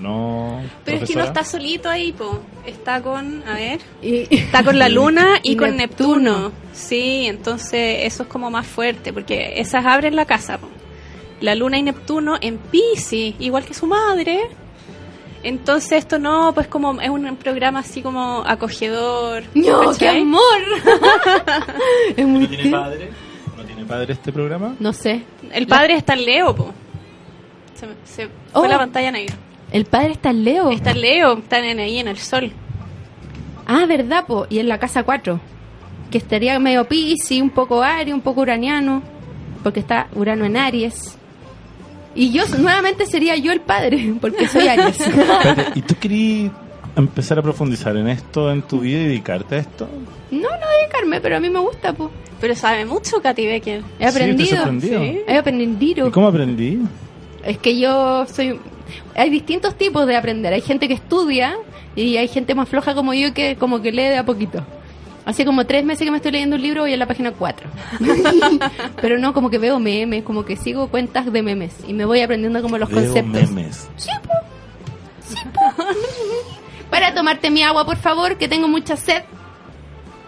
Speaker 5: No.
Speaker 6: Pero es que no
Speaker 5: profesora?
Speaker 6: está solito ahí, po. Está con, a ver,
Speaker 3: Y,
Speaker 6: está con la luna y,
Speaker 3: Y
Speaker 6: con Neptuno.
Speaker 3: Neptuno.
Speaker 6: Sí, entonces eso es como más fuerte, porque esas abren la casa. po. La luna y Neptuno en Pisces, igual que su madre. Entonces esto no, pues como es un programa así como acogedor.
Speaker 3: ¡No, qué
Speaker 6: ¿cachai?
Speaker 3: amor! [LAUGHS] es muy
Speaker 5: ¿No tiene
Speaker 3: tierno.
Speaker 5: padre? ¿No tiene padre este programa?
Speaker 3: No sé.
Speaker 6: El padre está en Leo, po. Se, me- se fue
Speaker 3: Oh.
Speaker 6: la pantalla negra.
Speaker 3: El padre está en Leo.
Speaker 6: Está en Leo, están en- ahí en el sol.
Speaker 3: Ah, verdad, po. Y en la casa 4. Que estaría medio Piscis, un poco Aries, un poco uraniano. Porque está Urano en Aries. Y yo nuevamente sería yo el padre, [LAUGHS] porque soy Aries.
Speaker 5: Espérate, ¿Y tú querías empezar a profundizar en esto, en tu vida y dedicarte a esto?
Speaker 3: no, no dedicarme, pero a mí me gusta, po.
Speaker 6: Pero sabe mucho Katy Becker.
Speaker 3: He
Speaker 5: Sí, te
Speaker 3: aprendido.
Speaker 5: sorprendió.
Speaker 3: He aprendido.
Speaker 5: ¿Y cómo aprendí?
Speaker 3: Es que yo soy... Hay distintos tipos de aprender. Hay gente que estudia y hay gente más floja como yo que como que lee de a poquito. Hace como tres meses que me estoy leyendo un libro, voy a la página 4. [LAUGHS] Pero no, como que veo memes, como que sigo cuentas de memes y me voy aprendiendo como los
Speaker 5: Leo
Speaker 3: conceptos.
Speaker 5: memes.
Speaker 3: Para tomarte mi agua, por favor, que tengo mucha sed.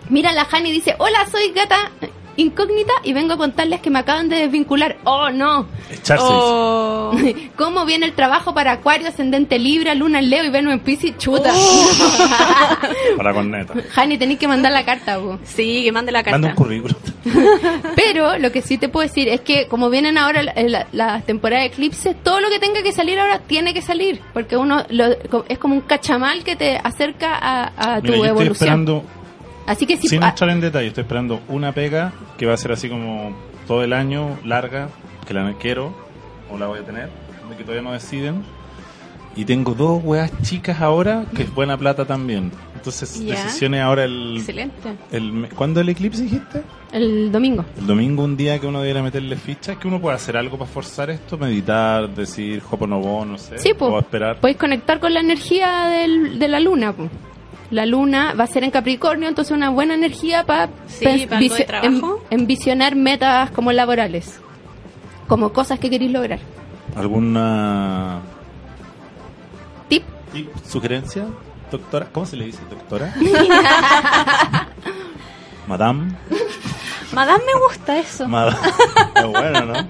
Speaker 3: Mira la Hani y dice, hola, soy gata incógnita y vengo a contarles que me acaban de desvincular. Oh, no.
Speaker 5: Echarse.
Speaker 6: Oh.
Speaker 3: ¿Cómo viene el trabajo para Acuario, Ascendente Libra, Luna en Leo y Venus en Pisces? Chuta.
Speaker 5: dice, Para con neta.
Speaker 3: [LAUGHS] Jani, tenéis que mandar la carta, po.
Speaker 6: Sí, que mande la carta.
Speaker 5: Manda un currículum.
Speaker 3: Pero lo que sí te puedo decir es que como vienen ahora la- la- las temporadas de eclipses, todo lo que tenga que salir ahora tiene que salir, porque uno lo- co- es como un cachamal que te acerca a, a tu
Speaker 5: Mira, yo estoy
Speaker 3: evolución.
Speaker 5: esperando,
Speaker 3: Así que si
Speaker 5: sin
Speaker 3: ah,
Speaker 5: entrar en detalle, estoy esperando una pega que va a ser así como todo el año, larga, que la quiero o la voy a tener, de que todavía no deciden. Y tengo dos weas chicas ahora que es buena plata también. Entonces,
Speaker 6: Ya.
Speaker 5: decisiones ahora el,
Speaker 6: Excelente.
Speaker 5: el... me- ¿Cuándo el eclipse dijiste?
Speaker 3: el domingo.
Speaker 5: El domingo un día que uno debiera meterle fichas, que uno puede hacer algo para forzar esto, meditar, decir hoponobo, no sé,
Speaker 3: Sí, po.
Speaker 5: o esperar.
Speaker 3: Podéis conectar con la energía del- de la luna. po. La luna va a ser en Capricornio, entonces una buena energía para
Speaker 6: Sí, pa algo de trabajo.
Speaker 3: em- envisionar metas como laborales, como cosas que queréis lograr.
Speaker 5: ¿Alguna
Speaker 3: Tip.
Speaker 5: tip, sugerencia, doctora? ¿Cómo se le dice, doctora? [LAUGHS] Madame.
Speaker 6: Madame me gusta
Speaker 5: [LAUGHS]
Speaker 6: eso.
Speaker 5: Madame. Es bueno, ¿no?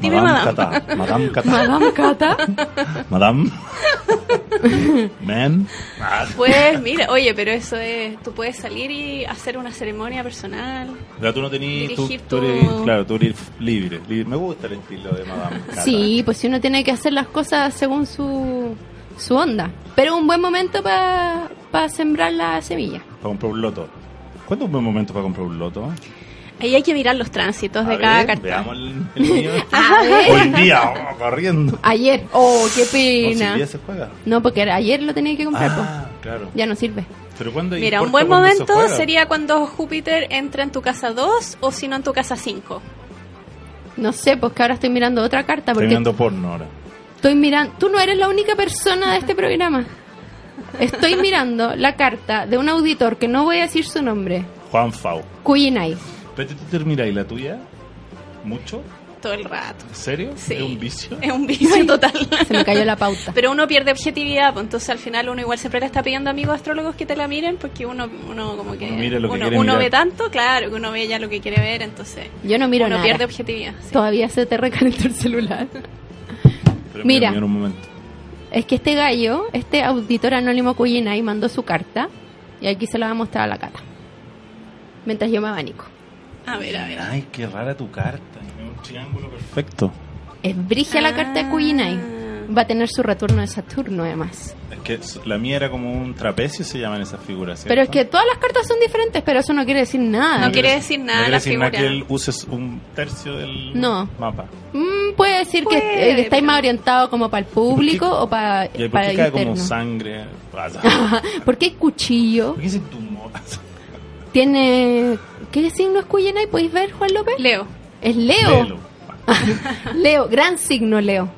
Speaker 6: Dime madame.
Speaker 5: Cata. Madame Cata.
Speaker 3: Madame [LAUGHS] Cata.
Speaker 6: [LAUGHS]
Speaker 5: Madame. Man. Ah,
Speaker 6: Pues mira, oye, pero eso es, tú puedes salir y hacer una ceremonia personal.
Speaker 5: Pero tú no tenías. Tú,
Speaker 6: Dirigir
Speaker 5: tú
Speaker 6: tu-
Speaker 5: eres, claro, tú eres libre, libre. Me gusta el estilo de Madame Cata.
Speaker 3: Sí, pues si uno tiene que hacer las cosas según su, su onda. Pero un buen momento para sembrar la semilla.
Speaker 5: Para comprar un loto. ¿Cuándo es un buen momento para comprar un loto?
Speaker 6: Ahí hay que mirar los tránsitos
Speaker 5: A
Speaker 6: de
Speaker 5: ver,
Speaker 6: cada carta.
Speaker 5: Veamos el, el
Speaker 6: [LAUGHS]
Speaker 5: mío.
Speaker 3: A ver.
Speaker 5: Hoy día, oh, corriendo.
Speaker 3: Ayer. Oh, qué
Speaker 5: ¿O si
Speaker 3: pena.
Speaker 5: el día se juega?
Speaker 3: No, porque era- ayer lo tenía que comprar. pues.
Speaker 5: Ah, claro.
Speaker 3: Ya no sirve.
Speaker 5: Pero cuando
Speaker 6: Mira, un buen momento sería cuando Júpiter entra en tu casa 2 o si no en tu casa 5.
Speaker 3: No sé, pues que ahora estoy mirando otra carta porque
Speaker 5: Terminando porno ahora.
Speaker 3: estoy mirando... Tú no eres la única persona de este programa. Estoy mirando la carta de un auditor que no voy a decir su nombre.
Speaker 5: Juan Fau.
Speaker 3: Cuyinay.
Speaker 5: Pero tú terminas y la tuya. ¿Mucho?
Speaker 6: Todo el rato.
Speaker 5: ¿En serio?
Speaker 6: Sí. Eh,
Speaker 5: ¿Es un vicio?
Speaker 6: Es un vicio total.
Speaker 3: Se me cayó la pauta.
Speaker 6: Pero uno pierde objetividad, pues, entonces al final uno igual siempre le está pidiendo amigos astrólogos que te la miren porque uno, uno como que
Speaker 5: Uno mira lo que quiere
Speaker 6: uno ve
Speaker 5: mirar.
Speaker 6: tanto, claro, que uno ve ya lo que quiere ver, entonces
Speaker 3: Yo no miro
Speaker 6: uno
Speaker 3: nada.
Speaker 6: pierde [LAUGHS] objetividad. sí.
Speaker 3: Todavía se te recalentó el celular.
Speaker 5: Pero
Speaker 3: Mira.
Speaker 5: En un momento.
Speaker 3: Es que este gallo, este auditor anónimo Cuyinay mandó su carta y aquí se la va a mostrar a la cata. Mientras yo me abanico.
Speaker 6: A ver, a ver.
Speaker 5: Ay, qué rara tu carta. Es un triángulo perfecto.
Speaker 3: Es brigia la carta de Cuyinay.
Speaker 6: Ah.
Speaker 3: va a tener su retorno de Saturno además.
Speaker 5: Es que s- la mía era como un trapecio, se llaman esas figuras. ¿cierto?
Speaker 3: Pero es que todas las cartas son diferentes, pero eso no quiere decir nada.
Speaker 6: No quiere decir nada
Speaker 5: No quiere
Speaker 6: la
Speaker 5: decir nada
Speaker 6: figura.
Speaker 5: que él uses un tercio del
Speaker 3: No.
Speaker 5: mapa.
Speaker 3: Mm, puede decir que
Speaker 6: Puede,
Speaker 3: eh, estáis más orientados como para el público
Speaker 5: ¿Por qué-
Speaker 3: o para,
Speaker 5: Y el por
Speaker 3: para
Speaker 5: qué
Speaker 3: el
Speaker 5: cae como
Speaker 3: interno.
Speaker 5: sangre.
Speaker 6: [LAUGHS]
Speaker 3: [LAUGHS] ¿Por qué cuchillo?
Speaker 5: ¿Por qué ese tumor? [LAUGHS]
Speaker 3: Tiene... ¿Qué signo es Cuyenay? ¿Podéis ver, Juan López?
Speaker 6: Leo.
Speaker 3: es Leo.
Speaker 6: [LAUGHS]
Speaker 5: Leo.
Speaker 3: Leo, gran signo Leo.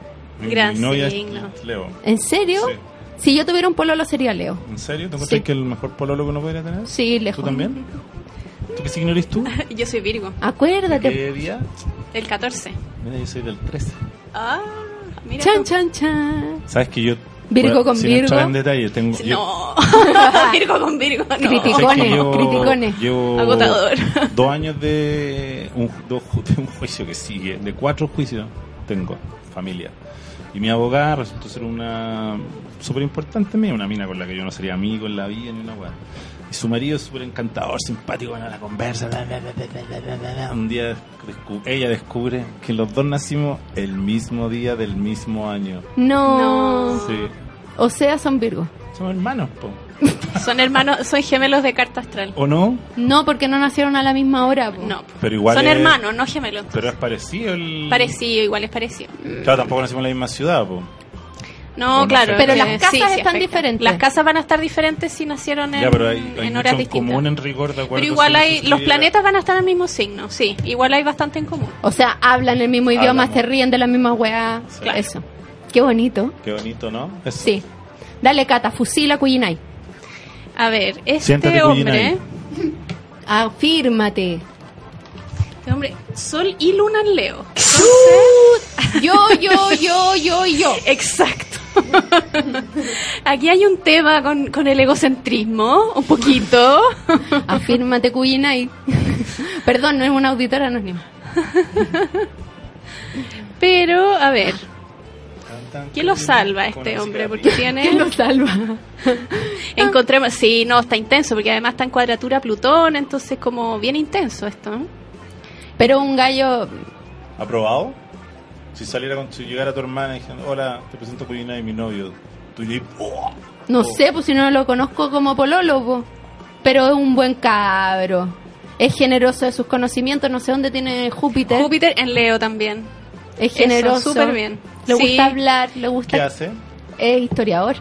Speaker 5: Mi-
Speaker 6: Gran
Speaker 5: mi novia es
Speaker 6: signo.
Speaker 5: Leo.
Speaker 3: ¿En serio?
Speaker 5: Sí.
Speaker 3: Si yo tuviera un pololo sería Leo.
Speaker 5: ¿En serio? ¿Te
Speaker 3: Sí.
Speaker 5: encuentras que el mejor pololo que uno podría tener?
Speaker 3: Sí, lejos. Ah,
Speaker 5: ¿Tú también? ¿Tú qué signo eres tú?
Speaker 3: [LAUGHS]
Speaker 6: Yo soy Virgo,
Speaker 3: Acuérdate.
Speaker 5: ¿Qué día?
Speaker 6: el 14.
Speaker 5: Mira, yo soy del 13.
Speaker 6: Ah, mira.
Speaker 3: Chan,
Speaker 6: tú.
Speaker 3: chan, chan.
Speaker 5: ¿Sabes que yo...
Speaker 3: Virgo
Speaker 5: bueno,
Speaker 3: con
Speaker 5: sin entrar
Speaker 3: Virgo.
Speaker 5: en detalle, tengo... yo-
Speaker 3: [LAUGHS]
Speaker 6: No. Virgo con Virgo. No.
Speaker 3: Criticó.
Speaker 5: ¿sabes que
Speaker 3: Criticones,
Speaker 5: llevo-
Speaker 3: criticones.
Speaker 5: llevo
Speaker 6: Agotador.
Speaker 5: Dos años de un, ju- dos ju- [LAUGHS] de un juicio que sigue, de cuatro juicios tengo, familia. Y mi abogada resultó ser una súper importante mía, una mina con la que yo no sería amigo en la vida ni una weá. Y su marido es súper encantador, simpático, bueno, la conversa. bla, bla, bla, bla, bla, bla, bla, bla. Un día descu- ella descubre que los dos nacimos el mismo día del mismo año.
Speaker 3: No.
Speaker 5: Sí.
Speaker 3: O sea, son Virgo.
Speaker 5: Somos hermanos, po.
Speaker 6: Son hermanos, son gemelos de carta astral.
Speaker 5: ¿O no?
Speaker 3: No, porque no nacieron a la misma hora. po.
Speaker 6: No.
Speaker 5: Pero igual
Speaker 6: son
Speaker 5: es-
Speaker 6: hermanos, no gemelos.
Speaker 5: Pero
Speaker 6: entonces.
Speaker 5: es parecido el...
Speaker 6: Parecido, igual es parecido.
Speaker 5: Claro, tampoco nacimos en la misma ciudad, po.
Speaker 6: No,
Speaker 5: Bueno,
Speaker 6: claro.
Speaker 5: pero
Speaker 6: eh,
Speaker 3: las casas están
Speaker 6: afecta.
Speaker 3: diferentes.
Speaker 6: Las casas van a estar diferentes si nacieron en,
Speaker 5: Ya, pero hay, hay
Speaker 6: en
Speaker 5: mucho
Speaker 6: horas
Speaker 5: en
Speaker 6: distintas.
Speaker 5: común en rigor, de acuerdo.
Speaker 6: pero igual
Speaker 5: según
Speaker 6: hay,
Speaker 5: sus
Speaker 6: los
Speaker 5: ideas.
Speaker 6: planetas van a estar en el mismo signo, sí. Igual hay bastante en común.
Speaker 3: O sea, hablan el mismo idioma,
Speaker 5: Hablamos.
Speaker 3: se ríen de la misma weá.
Speaker 5: Sí.
Speaker 3: Claro. Eso. Qué bonito.
Speaker 5: Qué bonito, ¿no? Es-
Speaker 3: Sí. Dale, Cata, fusila Cuyinay.
Speaker 6: A ver, este
Speaker 5: Siéntate,
Speaker 6: hombre,
Speaker 5: Cuyinay.
Speaker 3: Afírmate.
Speaker 6: este hombre, Sol y Luna en Leo.
Speaker 3: Yo, yo, yo, yo, yo.
Speaker 6: Exacto. [LAUGHS] Aquí hay un tema con, con el egocentrismo, un poquito. [LAUGHS]
Speaker 3: Afírmate Cuyinay. [LAUGHS] Perdón, no es una auditora anónima.
Speaker 6: Pero, a ver, ¿quién lo salva a este
Speaker 5: Con
Speaker 6: hombre?
Speaker 5: ese
Speaker 6: Porque
Speaker 5: gatito.
Speaker 6: tiene...
Speaker 3: ¿Quién lo salva?
Speaker 6: Encontremos, sí, no, está intenso, porque además está en cuadratura Plutón, entonces como bien intenso esto. ¿no?
Speaker 3: Pero un gallo.
Speaker 5: ¿Aprobado? Si saliera con si llegara tu hermana y dijera, hola, te presento a Cuyina y mi novio. Tú y ¡Oh!
Speaker 3: No
Speaker 5: Oh.
Speaker 3: sé, pues si no lo conozco como polólogo. Pero es un buen cabro. Es generoso de sus conocimientos. No sé dónde tiene Júpiter.
Speaker 6: Júpiter en Leo también.
Speaker 3: es generoso.
Speaker 6: Eso, súper bien.
Speaker 3: Le
Speaker 6: Sí.
Speaker 3: gusta hablar, le
Speaker 5: ¿Qué
Speaker 6: Ah,
Speaker 3: gusta.
Speaker 5: hace?
Speaker 3: Es historiador.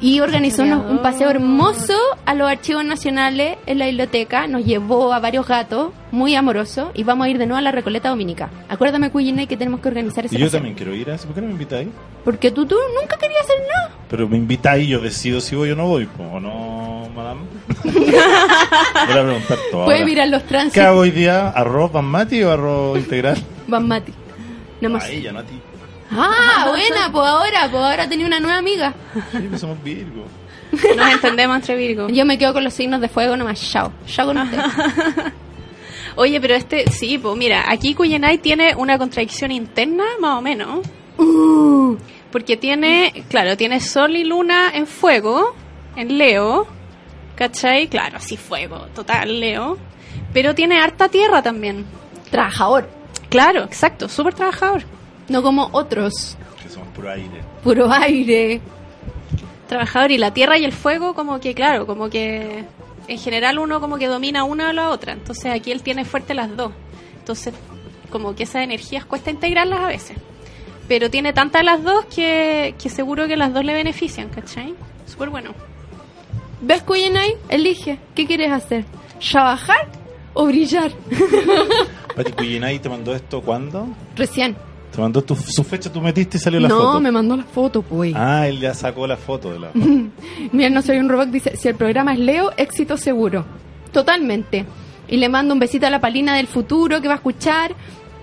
Speaker 3: Y organizó unos- un
Speaker 6: Historiador.
Speaker 3: paseo hermoso a los archivos nacionales en la biblioteca. Nos llevó a varios gatos, muy amoroso. Y vamos a ir de nuevo a la Recoleta Dominica. Acuérdame, Cuyinay, que tenemos que organizar ese
Speaker 5: Y yo
Speaker 3: paseo.
Speaker 5: también quiero ir a eso. ¿Por qué no me invitáis?
Speaker 3: Porque tú, tú nunca querías hacer nada.
Speaker 5: Pero me invitáis y yo decido si voy o no voy. po, ¿O no,
Speaker 6: [LAUGHS]
Speaker 5: madame? Voy a preguntar todo.
Speaker 3: Puedes
Speaker 5: ahora.
Speaker 3: mirar los tránsitos.
Speaker 5: ¿Qué hago hoy día? ¿Arroz basmati o arroz integral?
Speaker 3: Van Mati. No más.
Speaker 5: A ella, no a ti.
Speaker 3: Ah, buena, pues ahora, pues ahora tenía una nueva amiga.
Speaker 5: Sí, pues somos Virgo.
Speaker 6: Nos entendemos entre Virgo.
Speaker 3: [LAUGHS] Yo me quedo con los signos de fuego nomás. Chao. Chao con usted.
Speaker 6: Oye, pero este, sí, pues mira, aquí Kuyenai tiene una contradicción interna, más o menos. Porque tiene, claro, tiene Sol y Luna en fuego, en Leo, ¿cachai? Claro, sí, fuego, total, Leo. Pero tiene harta tierra también.
Speaker 3: Trabajador.
Speaker 6: Claro, exacto, súper trabajador.
Speaker 3: No como otros.
Speaker 5: Que somos puro aire.
Speaker 3: Puro aire.
Speaker 6: Trabajador y la tierra y el fuego como que, claro, como que en general uno como que domina una o la otra. Entonces aquí él tiene fuerte las dos. Entonces como que esas energías cuesta integrarlas a veces. Pero tiene tantas las dos que, que seguro que las dos le benefician, ¿cachai? Súper bueno.
Speaker 3: ¿Ves, Cuyenay? Elige. ¿Qué quieres hacer? ¿Trabajar o brillar?
Speaker 5: Pati Cuyinay te mandó esto cuándo?
Speaker 3: Recién.
Speaker 5: Te mandó tu, su fecha, tú metiste y salió la
Speaker 3: no,
Speaker 5: foto.
Speaker 3: me mandó la foto, pues.
Speaker 5: Ah, él ya sacó la foto de la
Speaker 3: Mira, no soy un robot, dice, si el programa es Leo, éxito seguro. Totalmente. Y le mando un besito a la palina del futuro que va a escuchar.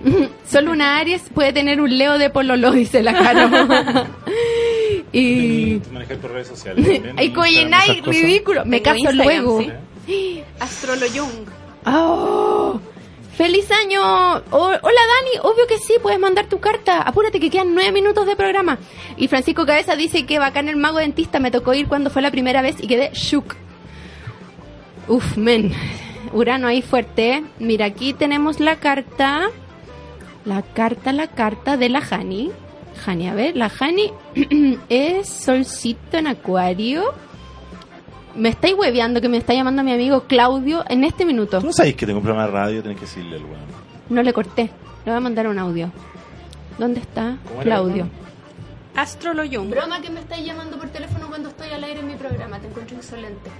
Speaker 3: [LAUGHS] Solo una Aries puede tener un Leo de Pololo, dice la
Speaker 5: [LAUGHS]
Speaker 3: cara. [LAUGHS] y...
Speaker 5: Tú manejas por redes sociales. también,
Speaker 3: Ay,
Speaker 5: Instagram,
Speaker 3: Coyenay,
Speaker 5: esas cosas.
Speaker 3: ridículo. Me
Speaker 6: Tengo
Speaker 3: caso
Speaker 6: Instagram,
Speaker 3: luego.
Speaker 6: sí. [GASPS] Astrolo Jung.
Speaker 3: ¡Oh! ¡Feliz año! O- hola Dani, obvio que sí, puedes mandar tu carta. Apúrate que quedan nueve minutos de programa. Y Francisco Cabeza dice que bacán el mago dentista, me tocó ir cuando fue la primera vez y quedé shook. Uf, men. Urano ahí fuerte. ¿eh? Mira, aquí tenemos la carta. La carta, la carta de la Hani. Hani, a ver, la Hani [CLEARS THROAT] es solcito en acuario. Me estáis hueveando que me está llamando mi amigo Claudio en este minuto.
Speaker 5: ¿Tú no sabéis que tengo un programa de radio? Tenés que decirle al weón.
Speaker 3: No le corté. Le voy a mandar un audio. ¿Dónde está
Speaker 5: ¿Cómo era?
Speaker 3: Claudio?
Speaker 6: Astroloyum.
Speaker 3: Broma que me estáis llamando por teléfono cuando estoy al aire en mi programa. Te encuentro insolente.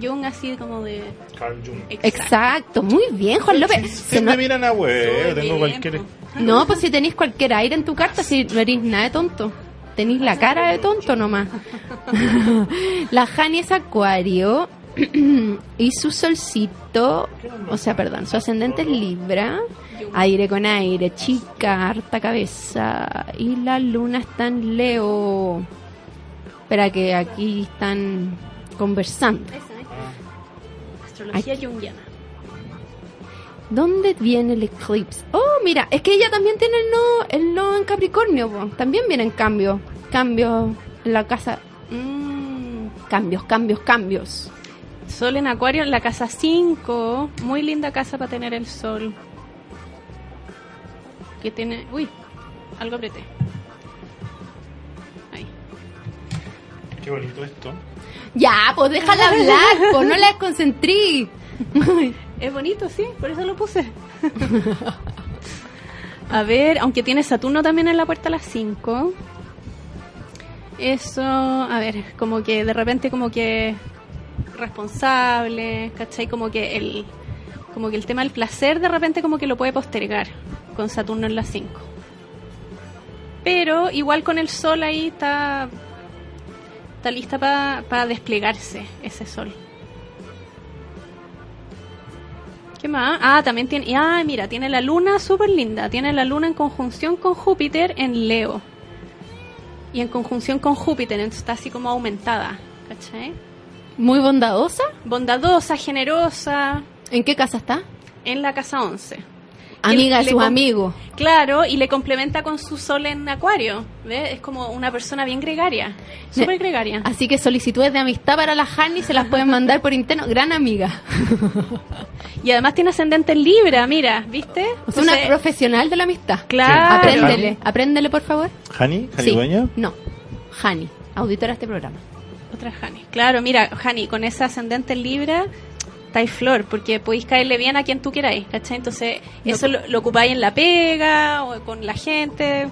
Speaker 6: Jung así como de...
Speaker 5: Carl Jung.
Speaker 3: Exacto. Muy bien, Juan López.
Speaker 5: Si
Speaker 3: Se
Speaker 5: me
Speaker 3: no-
Speaker 5: miran a huevo,
Speaker 6: Soy
Speaker 5: tengo
Speaker 6: bien,
Speaker 5: cualquier.
Speaker 6: po.
Speaker 3: No, pues si tenéis cualquier aire en tu carta, si no eres nada de tonto. Tenéis la cara de tonto nomás. [LAUGHS] la Jani es acuario [CLEARS THROAT] y su solcito, o sea, perdón, su ascendente es Libra, aire con aire, chica, harta cabeza y la luna está en Leo. Espera que aquí están conversando.
Speaker 6: Esa, ¿eh? Astrología junguiana.
Speaker 3: ¿Dónde viene el eclipse? Oh, mira, es que ella también tiene el no, el no en Capricornio, po. también viene en cambio. Cambio en la casa. Mm, cambios, cambios, cambios.
Speaker 6: Sol en acuario en la casa 5. Muy linda casa para tener el sol. Que tiene... Uy, algo apreté. Ahí.
Speaker 5: Qué bonito esto.
Speaker 3: Ya, pues
Speaker 6: [LAUGHS]
Speaker 3: déjala hablar, pues no la desconcentrí.
Speaker 6: Es bonito, sí, por eso lo puse. a ver, aunque tiene Saturno también en la puerta a las 5. Eso, a ver, como que de repente como que responsable, ¿cachai? Como que el como que el tema del placer de repente como que lo puede postergar con Saturno en las 5. Pero igual con el sol ahí está está lista para desplegarse ese sol. ¿Qué más? Ah, también tiene. y, Ah, mira, tiene la luna súper linda. Tiene la luna en conjunción con Júpiter en Leo. Y en conjunción con Júpiter, entonces está así como aumentada. ¿Cachai?
Speaker 3: Muy bondadosa.
Speaker 6: Bondadosa, generosa,
Speaker 3: ¿En qué casa está?
Speaker 6: en la casa 11.
Speaker 3: Amiga de
Speaker 6: le
Speaker 3: sus
Speaker 6: com-
Speaker 3: amigos.
Speaker 6: Claro, y le complementa con su sol en Acuario. ¿Ves? Es como una persona bien gregaria. Súper gregaria.
Speaker 3: Así que solicitudes de amistad para la Hani se las pueden mandar por interno. Gran amiga. [LAUGHS]
Speaker 6: Y además tiene ascendente en Libra, mira, ¿viste?
Speaker 3: Es una
Speaker 6: Entonces,
Speaker 3: profesional de la amistad.
Speaker 6: Claro.
Speaker 3: Apréndele, apréndele por favor.
Speaker 5: ¿Hani? ¿Hani dueña?
Speaker 3: No, Hani, auditora de este programa.
Speaker 6: Otra Hani. Claro, mira, Hani, con ese ascendente en Libra, estáis flor, porque podéis caerle bien a quien tú queráis, ¿cachai? Entonces, eso lo, lo ocupáis en la pega o con la gente.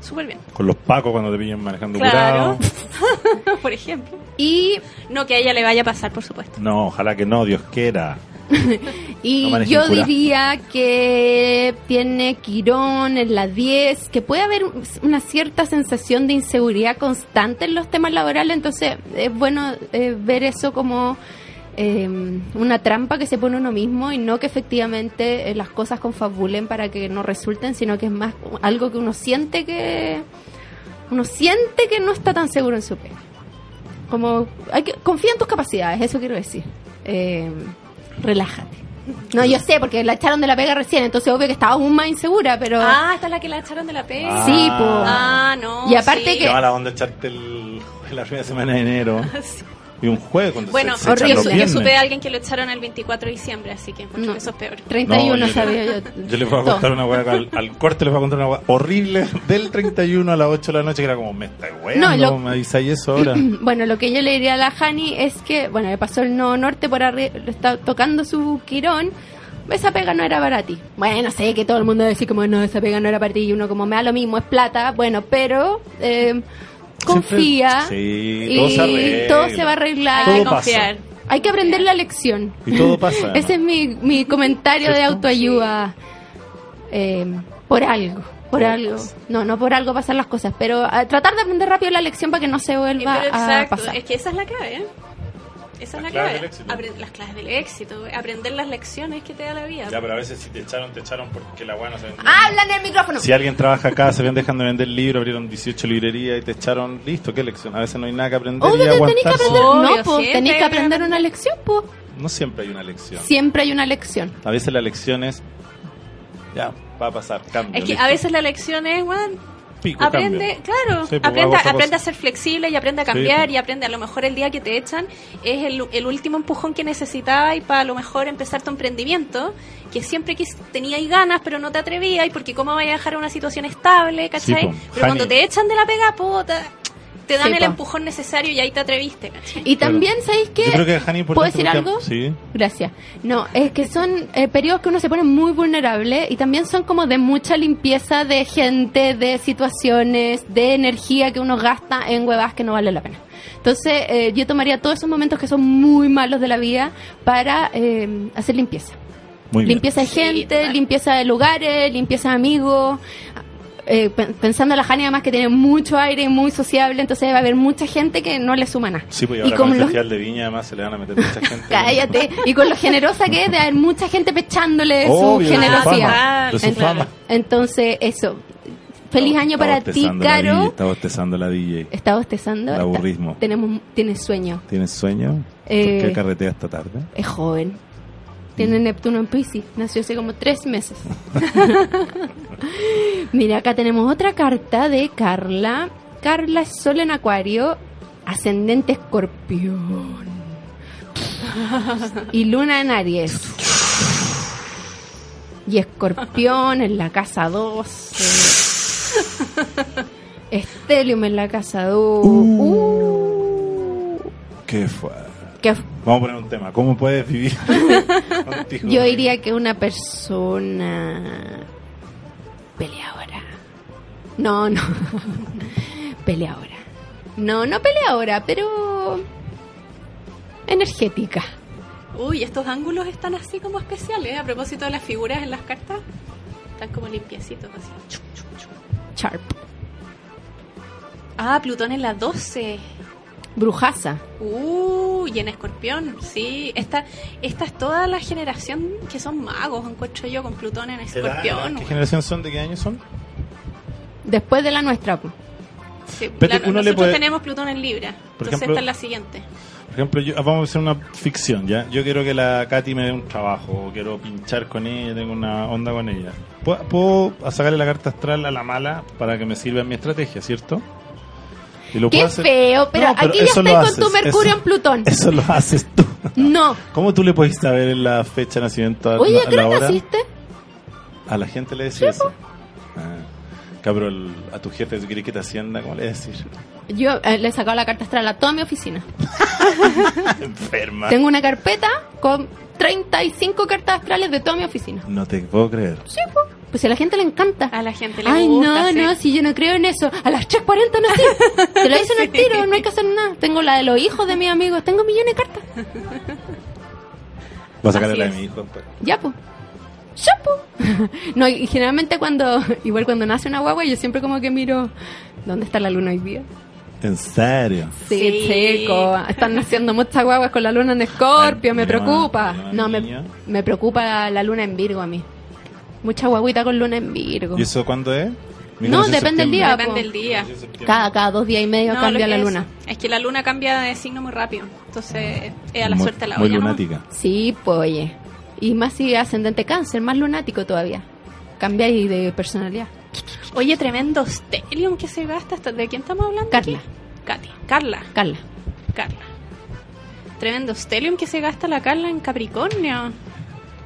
Speaker 6: Súper bien.
Speaker 5: Con los pacos cuando te pillan manejando
Speaker 6: Claro.
Speaker 5: curado.
Speaker 6: [LAUGHS] Por ejemplo.
Speaker 3: Y
Speaker 6: No que a ella le vaya a pasar, por supuesto.
Speaker 5: No, ojalá que no, Dios quiera.
Speaker 3: Y
Speaker 5: No manejen
Speaker 3: yo
Speaker 5: cura.
Speaker 3: diría que tiene Quirón en la 10, que puede haber un- una cierta sensación de inseguridad constante en los temas laborales, entonces es bueno eh, ver eso como eh, una trampa que se pone uno mismo y no que efectivamente eh, las cosas confabulen para que no resulten, sino que es más algo que uno siente que uno siente que no está tan seguro en su pega. Como hay que confía en tus capacidades, eso quiero decir. Eh, relájate. No, yo sé, porque la echaron de la pega recién, entonces obvio que estaba aún más insegura, pero...
Speaker 6: Ah, esta es la que la echaron de la pega.
Speaker 5: Ah.
Speaker 3: Sí, po.
Speaker 6: Ah, no.
Speaker 3: Y aparte
Speaker 6: sí.
Speaker 5: Qué
Speaker 3: que- [LAUGHS]
Speaker 5: mala onda echarte el, la primera semana de enero. Y un jueves cuando
Speaker 6: Bueno,
Speaker 5: se, se echan
Speaker 3: horrible.
Speaker 6: yo,
Speaker 5: los
Speaker 6: su- yo
Speaker 5: viernes.
Speaker 6: supe de alguien que lo echaron el 24 de diciembre, así que encuentro
Speaker 3: No.
Speaker 6: que eso es peor.
Speaker 3: 31
Speaker 5: No, yo-
Speaker 3: sabía yo.
Speaker 5: Yo les voy a
Speaker 3: Todo.
Speaker 5: contar una hueá, al, al corte les voy a contar una hueá horrible del 31 a las 8 de la noche, que era como, me está weando,
Speaker 3: No, lo-
Speaker 5: me avisáis
Speaker 3: [CLEARS THROAT]
Speaker 5: eso ahora.
Speaker 3: Bueno, lo que yo le diría a la Hani es que, bueno, le pasó el Nodo Norte por arriba, lo está tocando su quirón. Esa pega no era para ti. Bueno, sé que todo el mundo va a decir como, no, esa pega no era para ti. Y uno como, me da lo mismo, es plata. Bueno, pero eh, confía.
Speaker 5: Sí,
Speaker 3: y
Speaker 5: todo se arregla.
Speaker 3: todo se va a arreglar.
Speaker 5: Todo
Speaker 6: Hay que
Speaker 5: pasa.
Speaker 6: confiar.
Speaker 3: Hay que aprender la lección.
Speaker 5: Y todo pasa.
Speaker 3: [LAUGHS] Ese es mi, mi comentario de autoayuda. Eh, por algo, por algo. No, no por algo pasan las cosas, pero ah, tratar de aprender rápido la lección para que no se
Speaker 6: Eh,
Speaker 3: vuelva
Speaker 6: pero
Speaker 3: a
Speaker 6: exacto,
Speaker 3: pasar.
Speaker 6: es que esa es la clave, ¿eh? Esa es la
Speaker 5: Las claves
Speaker 6: clave.
Speaker 5: del éxito.
Speaker 6: Apre- las claves del éxito, güey. aprender las lecciones que te da la vida.
Speaker 5: Ya, pero a veces si te echaron, te echaron porque la hueá no se vendió.
Speaker 3: ¡Habla en el micrófono!
Speaker 5: Si alguien trabaja acá, se ven dejando de vender libros, abrieron 18 librerías y te echaron, listo, qué lección. A veces no hay nada que aprender
Speaker 3: Obvio que
Speaker 5: y
Speaker 3: tenéis que
Speaker 5: aguantarse.
Speaker 3: aprender,
Speaker 6: Obvio,
Speaker 3: no, po,
Speaker 6: siempre
Speaker 3: tenéis
Speaker 6: hay
Speaker 3: que
Speaker 6: que
Speaker 3: aprender una lección, po.
Speaker 5: No siempre hay una lección.
Speaker 3: Siempre hay una lección.
Speaker 5: A veces la lección es, ya, va a pasar, cambio.
Speaker 6: Es que
Speaker 5: listo.
Speaker 6: a veces la lección es, weón,
Speaker 5: pico.
Speaker 6: aprende,
Speaker 5: cambio.
Speaker 6: claro,
Speaker 5: Sí, pues, hago
Speaker 6: aprende,
Speaker 5: otra
Speaker 6: aprende a
Speaker 5: cosa.
Speaker 6: ser flexible y aprende a cambiar y aprende a lo mejor el día que te echan es el, el último empujón que necesitabas y para a lo mejor empezar tu emprendimiento que siempre quis, tenías ganas pero no te atrevías y porque cómo vas a dejar una situación estable, ¿cachai?
Speaker 5: Sí, po.
Speaker 6: pero cuando
Speaker 5: Hani.
Speaker 6: te echan de la pega, puta, te dan
Speaker 3: Sí,
Speaker 6: el
Speaker 3: po.
Speaker 6: empujón necesario y ahí te atreviste, ¿cachai?
Speaker 3: Y también, ¿sabéis qué?
Speaker 5: Yo creo que Hani
Speaker 3: ¿Puedo decir
Speaker 5: porque-
Speaker 3: algo?
Speaker 5: Sí.
Speaker 3: Gracias. No, es que son eh, periodos que uno se pone muy vulnerable y también son como de mucha limpieza de gente, de situaciones, de energía que uno gasta en huevas que no vale la pena. Entonces, eh, yo tomaría todos esos momentos que son muy malos de la vida para eh, hacer limpieza.
Speaker 5: Muy bien.
Speaker 3: limpieza de
Speaker 6: Sí,
Speaker 3: gente,
Speaker 6: total.
Speaker 3: limpieza de lugares, limpieza de amigos. Eh, pe- pensando en la Jani además que tiene mucho aire y muy sociable, entonces va a haber mucha gente que no le suma nada.
Speaker 5: Sí,
Speaker 3: Y
Speaker 5: pues y ahora
Speaker 3: como
Speaker 5: con el
Speaker 3: los-
Speaker 5: festival de viña además se le van a meter mucha gente.
Speaker 3: Cállate. Y con lo generosa que es de haber mucha gente pechándole
Speaker 5: Obvio,
Speaker 3: su
Speaker 5: de su
Speaker 3: generosidad.
Speaker 5: fama. De su
Speaker 3: Ent-
Speaker 5: fama.
Speaker 3: Entonces, eso. Feliz año
Speaker 5: Está
Speaker 3: para ti,
Speaker 5: bostezando la DJ,
Speaker 3: Caro.
Speaker 5: Está bostezando la DJ.
Speaker 3: Está bostezando.
Speaker 5: El
Speaker 3: está-
Speaker 5: aburrismo.
Speaker 3: Tenemos, tienes sueño.
Speaker 5: ¿Tienes sueño?
Speaker 3: Eh.
Speaker 5: ¿Por qué carretea esta tarde?
Speaker 3: Es joven. Tiene Neptuno en Pisces. Nació hace como tres meses. [LAUGHS] Mira, acá tenemos otra carta de Carla. Carla es Sol en Acuario, ascendente Escorpión. Y Luna en Aries. Y Escorpión en la casa 12. Estelium en la casa 2.
Speaker 5: ¿Qué fue?
Speaker 3: que
Speaker 5: Vamos a poner un tema. ¿Cómo puedes vivir [LAUGHS]
Speaker 3: [LAUGHS]
Speaker 5: contigo?
Speaker 3: Yo diría que una persona peleadora. No, [LAUGHS] no. peleadora. No, no peleadora, pero energética.
Speaker 6: Uy, estos ángulos están así como especiales, ¿eh? a propósito de las figuras en las cartas, están como limpiecitos así. Chup, chup, chup.
Speaker 3: Sharp.
Speaker 6: Ah, Plutón en la 12.
Speaker 3: Brujasa.
Speaker 6: Uh, y en escorpión, sí. Esta, esta es toda la generación que son magos, encuentro yo, con Plutón en escorpión.
Speaker 5: ¿Qué
Speaker 6: güey.
Speaker 5: generación son? ¿De qué año son?
Speaker 3: Después de la nuestra. po.
Speaker 6: Sí,
Speaker 5: Pero
Speaker 6: claro,
Speaker 5: uno le
Speaker 6: nosotros
Speaker 5: puede-
Speaker 6: tenemos Plutón en Libra.
Speaker 5: Por
Speaker 6: Entonces
Speaker 5: ejemplo-
Speaker 6: esta es la siguiente.
Speaker 5: Por ejemplo, yo- ah, vamos a hacer una ficción, ¿ya? Yo quiero que la Katy me dé un trabajo, o quiero pinchar con ella, tengo una onda con ella. ¿Puedo, puedo ah, sacarle la carta astral a la mala para que me sirva en mi estrategia, ¿cierto? Y lo
Speaker 3: Qué
Speaker 5: puedo hacer-
Speaker 3: feo, pero aquí ya
Speaker 5: eso
Speaker 3: estáis
Speaker 5: lo
Speaker 3: con tu Mercurio
Speaker 5: eso-
Speaker 3: en Plutón.
Speaker 5: [LAUGHS] Eso lo haces tú.
Speaker 3: No.
Speaker 5: ¿Cómo tú le podés saber en la fecha de nacimiento a,
Speaker 3: Oye,
Speaker 5: la- a
Speaker 3: ¿a ¿qué
Speaker 5: la
Speaker 3: hora
Speaker 5: hora?
Speaker 3: naciste?
Speaker 5: A la gente le decís eso. Ah, cabrón, a tu jefe, ¿tú quieres que te hacienda? ¿Cómo le decís? [LAUGHS]
Speaker 3: Yo eh, le he sacado la carta astral a toda mi oficina.
Speaker 5: Enferma.
Speaker 3: Tengo una carpeta con 35 cartas astrales de toda mi oficina.
Speaker 5: No te puedo creer.
Speaker 3: Pues a la gente le encanta.
Speaker 6: A la gente le
Speaker 3: Ay,
Speaker 6: gusta.
Speaker 3: no,
Speaker 6: sí.
Speaker 3: no, si yo no creo en eso. A las 3.40
Speaker 6: [LAUGHS]
Speaker 3: no sé. Te lo dicen al tiro, no hay que hacer nada. Tengo la de los hijos de mis amigos, tengo millones de cartas.
Speaker 5: Voy a sacarle
Speaker 6: Así
Speaker 5: la de
Speaker 6: es.
Speaker 5: mi hijo. pues.
Speaker 3: Ya, pues. Ya, po. [LAUGHS] No, y generalmente cuando, [LAUGHS] igual cuando nace una guagua, yo siempre como que miro, ¿dónde está la luna hoy día?
Speaker 5: ¿En serio?
Speaker 3: Sí,
Speaker 6: Sí.
Speaker 3: chico, están naciendo muchas guaguas con la luna en escorpio,
Speaker 5: Ay,
Speaker 3: me
Speaker 5: no,
Speaker 3: preocupa.
Speaker 5: no,
Speaker 3: No, me,
Speaker 5: niña.
Speaker 3: me preocupa la luna en Virgo a mí. Mucha guaguita con luna en Virgo.
Speaker 5: ¿Y eso cuándo es?
Speaker 3: No, depende del día.
Speaker 6: Depende del día.
Speaker 3: Cada, cada dos días y medio
Speaker 6: No, lo
Speaker 3: cambia
Speaker 6: que
Speaker 3: la
Speaker 6: es-
Speaker 3: luna.
Speaker 6: Es, que la luna cambia de signo muy rápido. Entonces, eh, es a la
Speaker 5: muy,
Speaker 6: suerte a la
Speaker 5: Muy
Speaker 6: olla, ¿no?
Speaker 5: lunática.
Speaker 3: Sí, pues oye. Y más si ascendente cáncer, más lunático todavía. Cambiáis de personalidad.
Speaker 6: Oye, tremendo Stellium que se gasta. hasta- ¿De quién estamos hablando?
Speaker 3: Carla.
Speaker 6: aquí? Katy. Carla.
Speaker 3: Carla.
Speaker 6: Carla. Tremendo stellium que se gasta la Carla en Capricornio.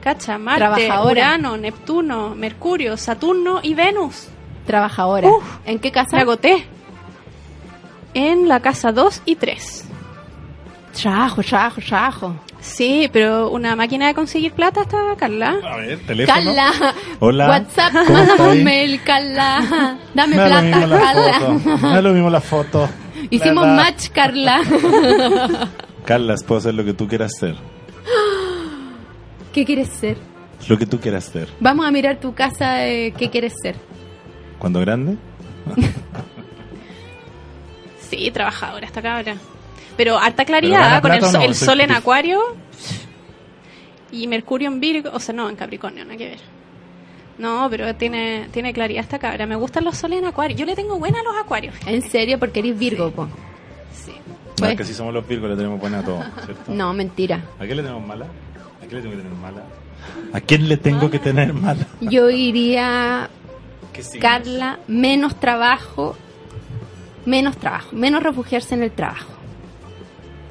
Speaker 6: Cacha, Marte,
Speaker 3: Trabajadora.
Speaker 6: Urano, Neptuno, Mercurio, Saturno y Venus.
Speaker 3: Trabajadora.
Speaker 6: Uf.
Speaker 3: ¿En qué
Speaker 6: Me
Speaker 3: casa?
Speaker 6: agoté. En la casa 2 y 3.
Speaker 3: Trabajo, trabajo, trabajo.
Speaker 6: Sí, pero una máquina de conseguir plata está Carla.
Speaker 5: A ver, teléfono.
Speaker 3: Carla.
Speaker 5: Hola.
Speaker 3: WhatsApp,
Speaker 5: ¿Cómo
Speaker 3: mándame
Speaker 5: estáis?
Speaker 3: un mail,
Speaker 5: [LAUGHS]
Speaker 3: Carla. Dame
Speaker 5: No es lo
Speaker 3: plata,
Speaker 5: mismo la
Speaker 3: Carla.
Speaker 5: foto. No es lo mismo la foto.
Speaker 3: [LAUGHS] Hicimos
Speaker 5: La edad.
Speaker 3: match, Carla.
Speaker 5: [LAUGHS] Carlas, puedo hacer lo que tú quieras hacer.
Speaker 3: ¿Qué quieres ser?
Speaker 5: Lo que tú quieras hacer.
Speaker 3: Vamos a mirar tu casa de qué quieres ser.
Speaker 5: Cuando grande,
Speaker 6: Sí, trabajadora esta cabra. Pero harta
Speaker 5: Pero
Speaker 6: claridad, ah,
Speaker 5: gana
Speaker 6: con el,
Speaker 5: plata o
Speaker 6: so-
Speaker 5: no,
Speaker 6: el
Speaker 5: soy
Speaker 6: sol en
Speaker 5: pif.
Speaker 6: acuario y Mercurio en Virgo, o sea, no, en Capricornio, nada que ver. No, pero tiene, tiene claridad esta cabra. Me gustan los soles en acuario. Yo le tengo buena a los acuarios.
Speaker 3: En serio, porque eres Virgo, po.
Speaker 6: Sí.
Speaker 5: No,
Speaker 3: Pues-
Speaker 5: es que si somos los Virgos le tenemos buena a todo, ¿cierto?
Speaker 3: No, mentira.
Speaker 5: ¿A quién le tenemos mala? ¿A quién le tengo que tener mala? ¿A quién le tengo que tener mala?
Speaker 3: Yo iría
Speaker 5: que sí.
Speaker 3: Carla, menos trabajo, menos trabajo, menos refugiarse en el trabajo.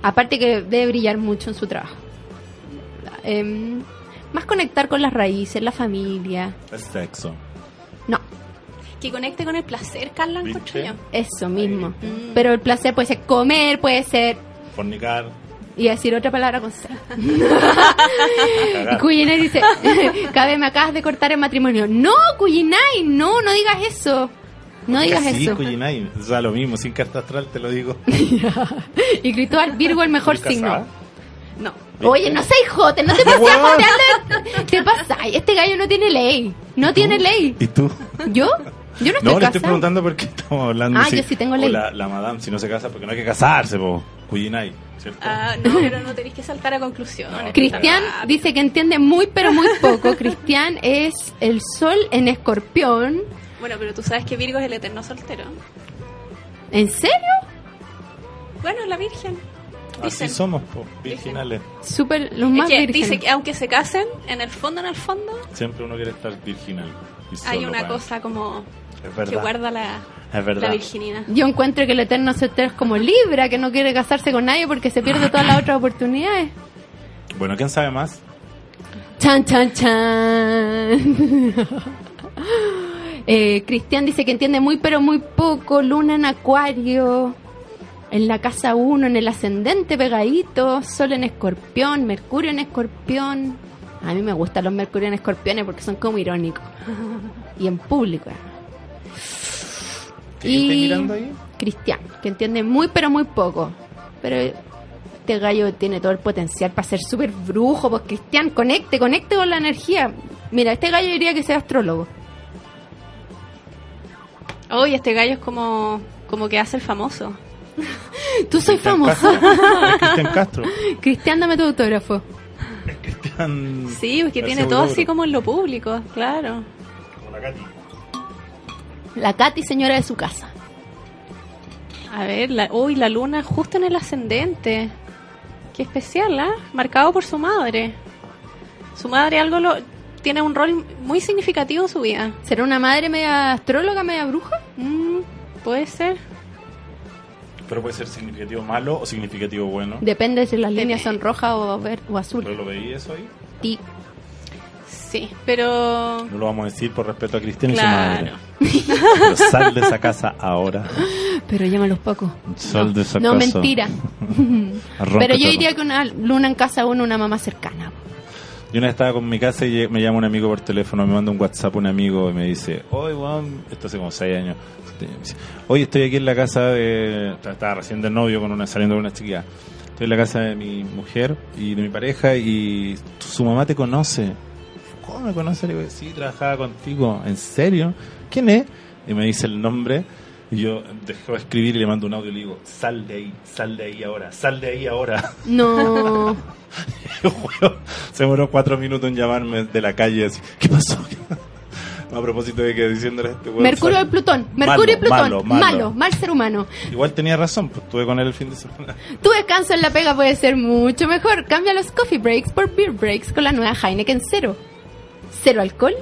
Speaker 3: Aparte que debe brillar mucho en su trabajo. Em, más conectar con las raíces, la familia.
Speaker 5: Es sexo.
Speaker 3: No,
Speaker 6: Que conecte con el placer, Carla,
Speaker 5: ¿Viste?
Speaker 6: encuentro yo.
Speaker 3: eso mismo. Pero el placer puede ser comer, puede ser...
Speaker 5: Fornicar.
Speaker 3: Y decir otra palabra con
Speaker 5: [LAUGHS]
Speaker 3: C.
Speaker 5: Cagar.
Speaker 3: Cuyinay dice, [LAUGHS] Cabe, me acabas de cortar el matrimonio. No, Cuyinay, no, no digas eso. No digas
Speaker 5: Sí,
Speaker 3: eso.
Speaker 5: Cuyinay. O sea, lo mismo, sin carta astral te lo digo.
Speaker 3: [LAUGHS] Y Cristóbal Virgo el mejor
Speaker 5: ¿Estoy
Speaker 3: signo.
Speaker 5: casada?
Speaker 6: No.
Speaker 5: Oh.
Speaker 3: Oye, no seas jote,
Speaker 5: [LAUGHS]
Speaker 3: no te pases joteando. Te pasa, este gallo no tiene ley. No tiene ley.
Speaker 5: ¿Y tú?
Speaker 3: ¿Yo? Yo no estoy
Speaker 5: No, le
Speaker 3: casada.
Speaker 5: estoy preguntando por qué estamos hablando.
Speaker 3: Ah, yo sí tengo
Speaker 5: o
Speaker 3: ley.
Speaker 5: La, la madame, si no se casa, porque no hay que casarse, po. Cuyinay, ¿cierto?
Speaker 6: Ah, no, pero no tenéis que saltar a conclusiones.
Speaker 3: Cristian dice que entiende muy pero muy poco. Cristian es el sol en escorpión.
Speaker 6: Bueno, pero tú sabes que Virgo es el eterno soltero.
Speaker 3: ¿En serio?
Speaker 6: Bueno, la Virgen.
Speaker 5: Así
Speaker 6: Dicen.
Speaker 5: somos, po. Virginales.
Speaker 3: Súper, los
Speaker 6: Es
Speaker 3: más
Speaker 6: que
Speaker 3: vírgenes.
Speaker 6: dice que aunque se casen, en el fondo, en el fondo,
Speaker 5: Siempre uno quiere estar virginal. y
Speaker 6: hay
Speaker 5: solo,
Speaker 6: una
Speaker 5: weón.
Speaker 6: cosa como
Speaker 5: Es
Speaker 6: que
Speaker 5: verdad.
Speaker 6: guarda la,
Speaker 5: Es
Speaker 6: la
Speaker 5: verdad.
Speaker 6: virginidad.
Speaker 3: Yo encuentro que el eterno soltero es como Libra, que no quiere casarse con nadie porque se pierde todas las otras oportunidades.
Speaker 5: Bueno, ¿quién sabe más?
Speaker 3: Chan, chan, chan. Eh, Cristian dice que entiende muy, pero muy poco. Luna en Acuario. En la casa 1, en el ascendente pegadito. Sol en Escorpión. Mercurio en Escorpión. A mí me gustan los Mercurio en Escorpiones porque son como irónicos. Y en público.
Speaker 5: ¿Qué estáis mirando ahí?
Speaker 3: Cristian, que entiende muy, pero muy poco. Pero este gallo tiene todo el potencial para ser súper brujo. Pues Cristian, conecte, conecte con la energía. Mira, este gallo diría que sea astrólogo.
Speaker 6: Oye, este gallo es como, como que hace el famoso.
Speaker 3: Tú soy
Speaker 5: Cristian
Speaker 3: famoso. [LAUGHS]
Speaker 5: Castro. Es Cristian
Speaker 6: [LAUGHS]
Speaker 5: Castro.
Speaker 3: Cristian, dame tu autógrafo.
Speaker 5: Cristian.
Speaker 6: Sí,
Speaker 5: Parece
Speaker 6: porque tiene
Speaker 5: un
Speaker 6: todo
Speaker 5: logro.
Speaker 6: así como en lo público, claro.
Speaker 5: Como la Katy.
Speaker 3: La Katy, señora de su casa.
Speaker 6: A ver, la, uy, la luna justo en el ascendente. Qué especial, ¿ah? Marcado por su madre. Su madre algo lo tiene un rol muy significativo en su vida.
Speaker 3: ¿Será una madre media astróloga, media bruja?
Speaker 6: Mm, puede ser.
Speaker 5: Pero puede ser significativo malo o significativo bueno.
Speaker 3: Depende si las
Speaker 6: Depende.
Speaker 3: líneas son rojas o, ver- o
Speaker 5: ¿No
Speaker 3: azul.
Speaker 5: lo veí eso ahí?
Speaker 3: Ti.
Speaker 6: Sí, pero
Speaker 5: No lo vamos a decir por respeto a Cristian
Speaker 6: Claro.
Speaker 5: y su madre. Pero sal de esa casa ahora.
Speaker 3: Pero llámalos pocos.
Speaker 5: Sal de esa
Speaker 3: No,
Speaker 5: casa.
Speaker 3: mentira.
Speaker 5: Arranca
Speaker 3: Pero yo
Speaker 5: todo.
Speaker 3: diría que una luna en casa uno, una mamá cercana.
Speaker 5: Yo una vez estaba con mi casa y lle- me llama un amigo por teléfono, me manda un WhatsApp un amigo y me dice, oye, weón, esto hace como seis años, siete años, me dice, oye, estoy aquí en la casa de... estaba- Estaba recién de novio con una, saliendo con una chica. Estoy en la casa de mi mujer y de mi pareja y su mamá te conoce. ¿Cómo me conoce? Le digo, sí, trabajaba contigo. ¿En serio? ¿Quién es? Y me dice el nombre. Y yo dejo de escribir y le mando un audio y le digo, sal de ahí, sal de ahí ahora, sal de ahí ahora. [LAUGHS]
Speaker 3: No.
Speaker 5: Weón, se demoró cuatro minutos en llamarme de la calle así, ¿qué pasó? [LAUGHS] A propósito de que diciéndole a este weón,
Speaker 3: Mercurio y
Speaker 5: sal-
Speaker 3: Plutón. Mercurio y
Speaker 5: Malo,
Speaker 3: Plutón.
Speaker 5: malo,
Speaker 3: Malo,
Speaker 5: malo.
Speaker 3: mal ser humano.
Speaker 5: Igual tenía razón, pues estuve con él el fin de semana.
Speaker 3: Tu descanso en la pega puede ser mucho mejor. Cambia los coffee breaks por beer breaks con la nueva Heineken Cero. Cero alcohol,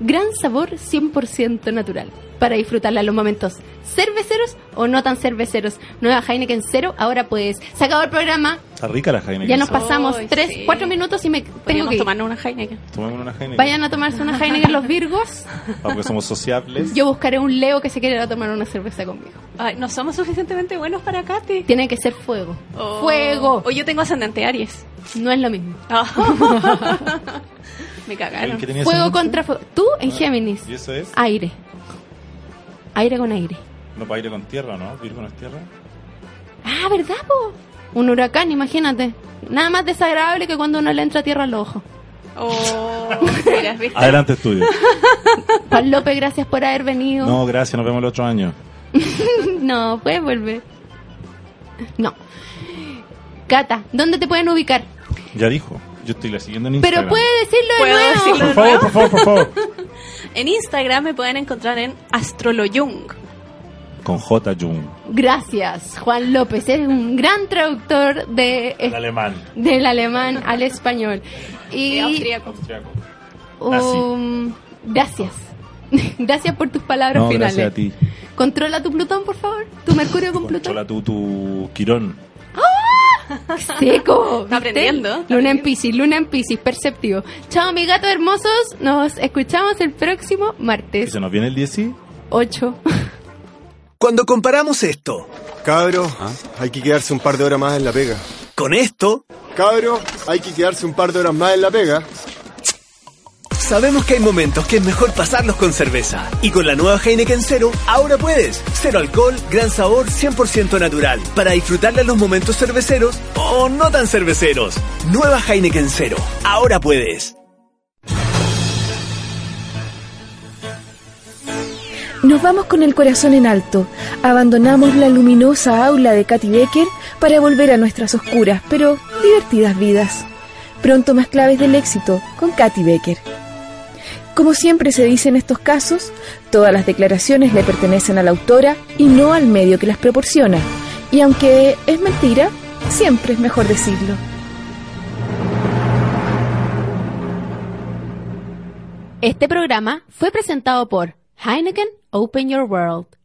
Speaker 3: gran sabor 100% natural. Para disfrutarla en los momentos cerveceros o no tan cerveceros. Nueva Heineken Cero, ahora puedes. Se acabó el programa.
Speaker 5: Está rica la Heineken.
Speaker 3: Ya nos
Speaker 5: ¿sí?
Speaker 3: pasamos
Speaker 6: Ay,
Speaker 3: 3,
Speaker 6: sí.
Speaker 3: 4 minutos y me tengo
Speaker 6: podríamos
Speaker 3: que ir.
Speaker 6: tomarnos una Heineken.
Speaker 5: Tomémonos una Heineken.
Speaker 3: Vayan a tomarse una Heineken los
Speaker 6: [LAUGHS]
Speaker 3: Virgos.
Speaker 5: Ah, Porque somos sociables.
Speaker 3: Yo buscaré un Leo que se quiera tomar una cerveza conmigo.
Speaker 6: Ay, no somos suficientemente buenos para Katy.
Speaker 3: Tiene que ser fuego.
Speaker 6: Oh.
Speaker 3: Fuego.
Speaker 6: O yo tengo
Speaker 3: [LAUGHS]
Speaker 6: ascendente Aries.
Speaker 3: No es lo mismo.
Speaker 6: Ah. Me
Speaker 5: ¿El
Speaker 6: cagaron.
Speaker 5: que tenía
Speaker 3: Fuego
Speaker 5: ese-
Speaker 3: contra fuego. Tú en Géminis.
Speaker 5: Y eso es,
Speaker 3: Aire. Aire con aire.
Speaker 5: no para aire con tierra, ¿no? Virgo no es tierra.
Speaker 3: Ah, ¿verdad, po? Un huracán, imagínate. Nada más desagradable que cuando uno le entra tierra al
Speaker 5: [LAUGHS]
Speaker 3: ojo.
Speaker 6: Oh, mira, ¿viste?
Speaker 5: Adelante
Speaker 3: [LAUGHS]
Speaker 5: estudio.
Speaker 3: Juan López, gracias por haber venido.
Speaker 5: No, gracias, nos vemos el otro año.
Speaker 3: [LAUGHS] No, puedes volver. No. Cata, ¿dónde te pueden ubicar?
Speaker 5: Ya dijo, yo estoy la siguiendo en Instagram.
Speaker 3: Pero puedes decirlo de
Speaker 6: ¿Puedo
Speaker 3: nuevo.
Speaker 6: decirlo?
Speaker 5: Por favor, por favor, por favor.
Speaker 6: En Instagram me pueden encontrar en Astroloyung.
Speaker 5: Con J. Jung.
Speaker 3: Gracias, Juan López. Es un gran traductor de,
Speaker 5: El alemán.
Speaker 3: del alemán al español. Y
Speaker 6: Austríaco.
Speaker 5: Austriaco.
Speaker 3: um, gracias. [LAUGHS] Gracias por tus palabras
Speaker 5: No,
Speaker 3: finales.
Speaker 5: gracias a ti.
Speaker 3: Controla tu Plutón, por favor. Tu Mercurio con Plutón.
Speaker 5: Controla tú tu quirón.
Speaker 3: Seco. ¿viste?
Speaker 6: Está aprendiendo, está
Speaker 3: Luna en
Speaker 6: aprendiendo.
Speaker 3: Piscis, Luna en Piscis, perceptivo. Chao, mis gatos hermosos. Nos escuchamos el próximo
Speaker 5: Que
Speaker 3: martes
Speaker 5: se nos viene el 10 y
Speaker 3: 8.
Speaker 7: Cuando comparamos esto
Speaker 8: Cabro, hay que quedarse un par de horas más en la pega.
Speaker 7: con esto,
Speaker 8: Cabro, hay que quedarse un par de horas más en la pega.
Speaker 7: sabemos que hay momentos que es mejor pasarlos con cerveza. Y con la nueva Heineken Cero, ahora puedes. Cero alcohol, gran sabor, 100% natural. Para disfrutarle los momentos cerveceros o no tan cerveceros. Nueva Heineken Cero, ahora puedes.
Speaker 4: Nos vamos con el corazón en alto. Abandonamos la luminosa aula de Katy Becker para volver a nuestras oscuras, pero divertidas vidas. Pronto más claves del éxito con Katy Becker. Como siempre se dice en estos casos, todas las declaraciones le pertenecen a la autora y no al medio que las proporciona. Y aunque es mentira, siempre es mejor decirlo.
Speaker 3: Este programa fue presentado por Heineken Open Your World.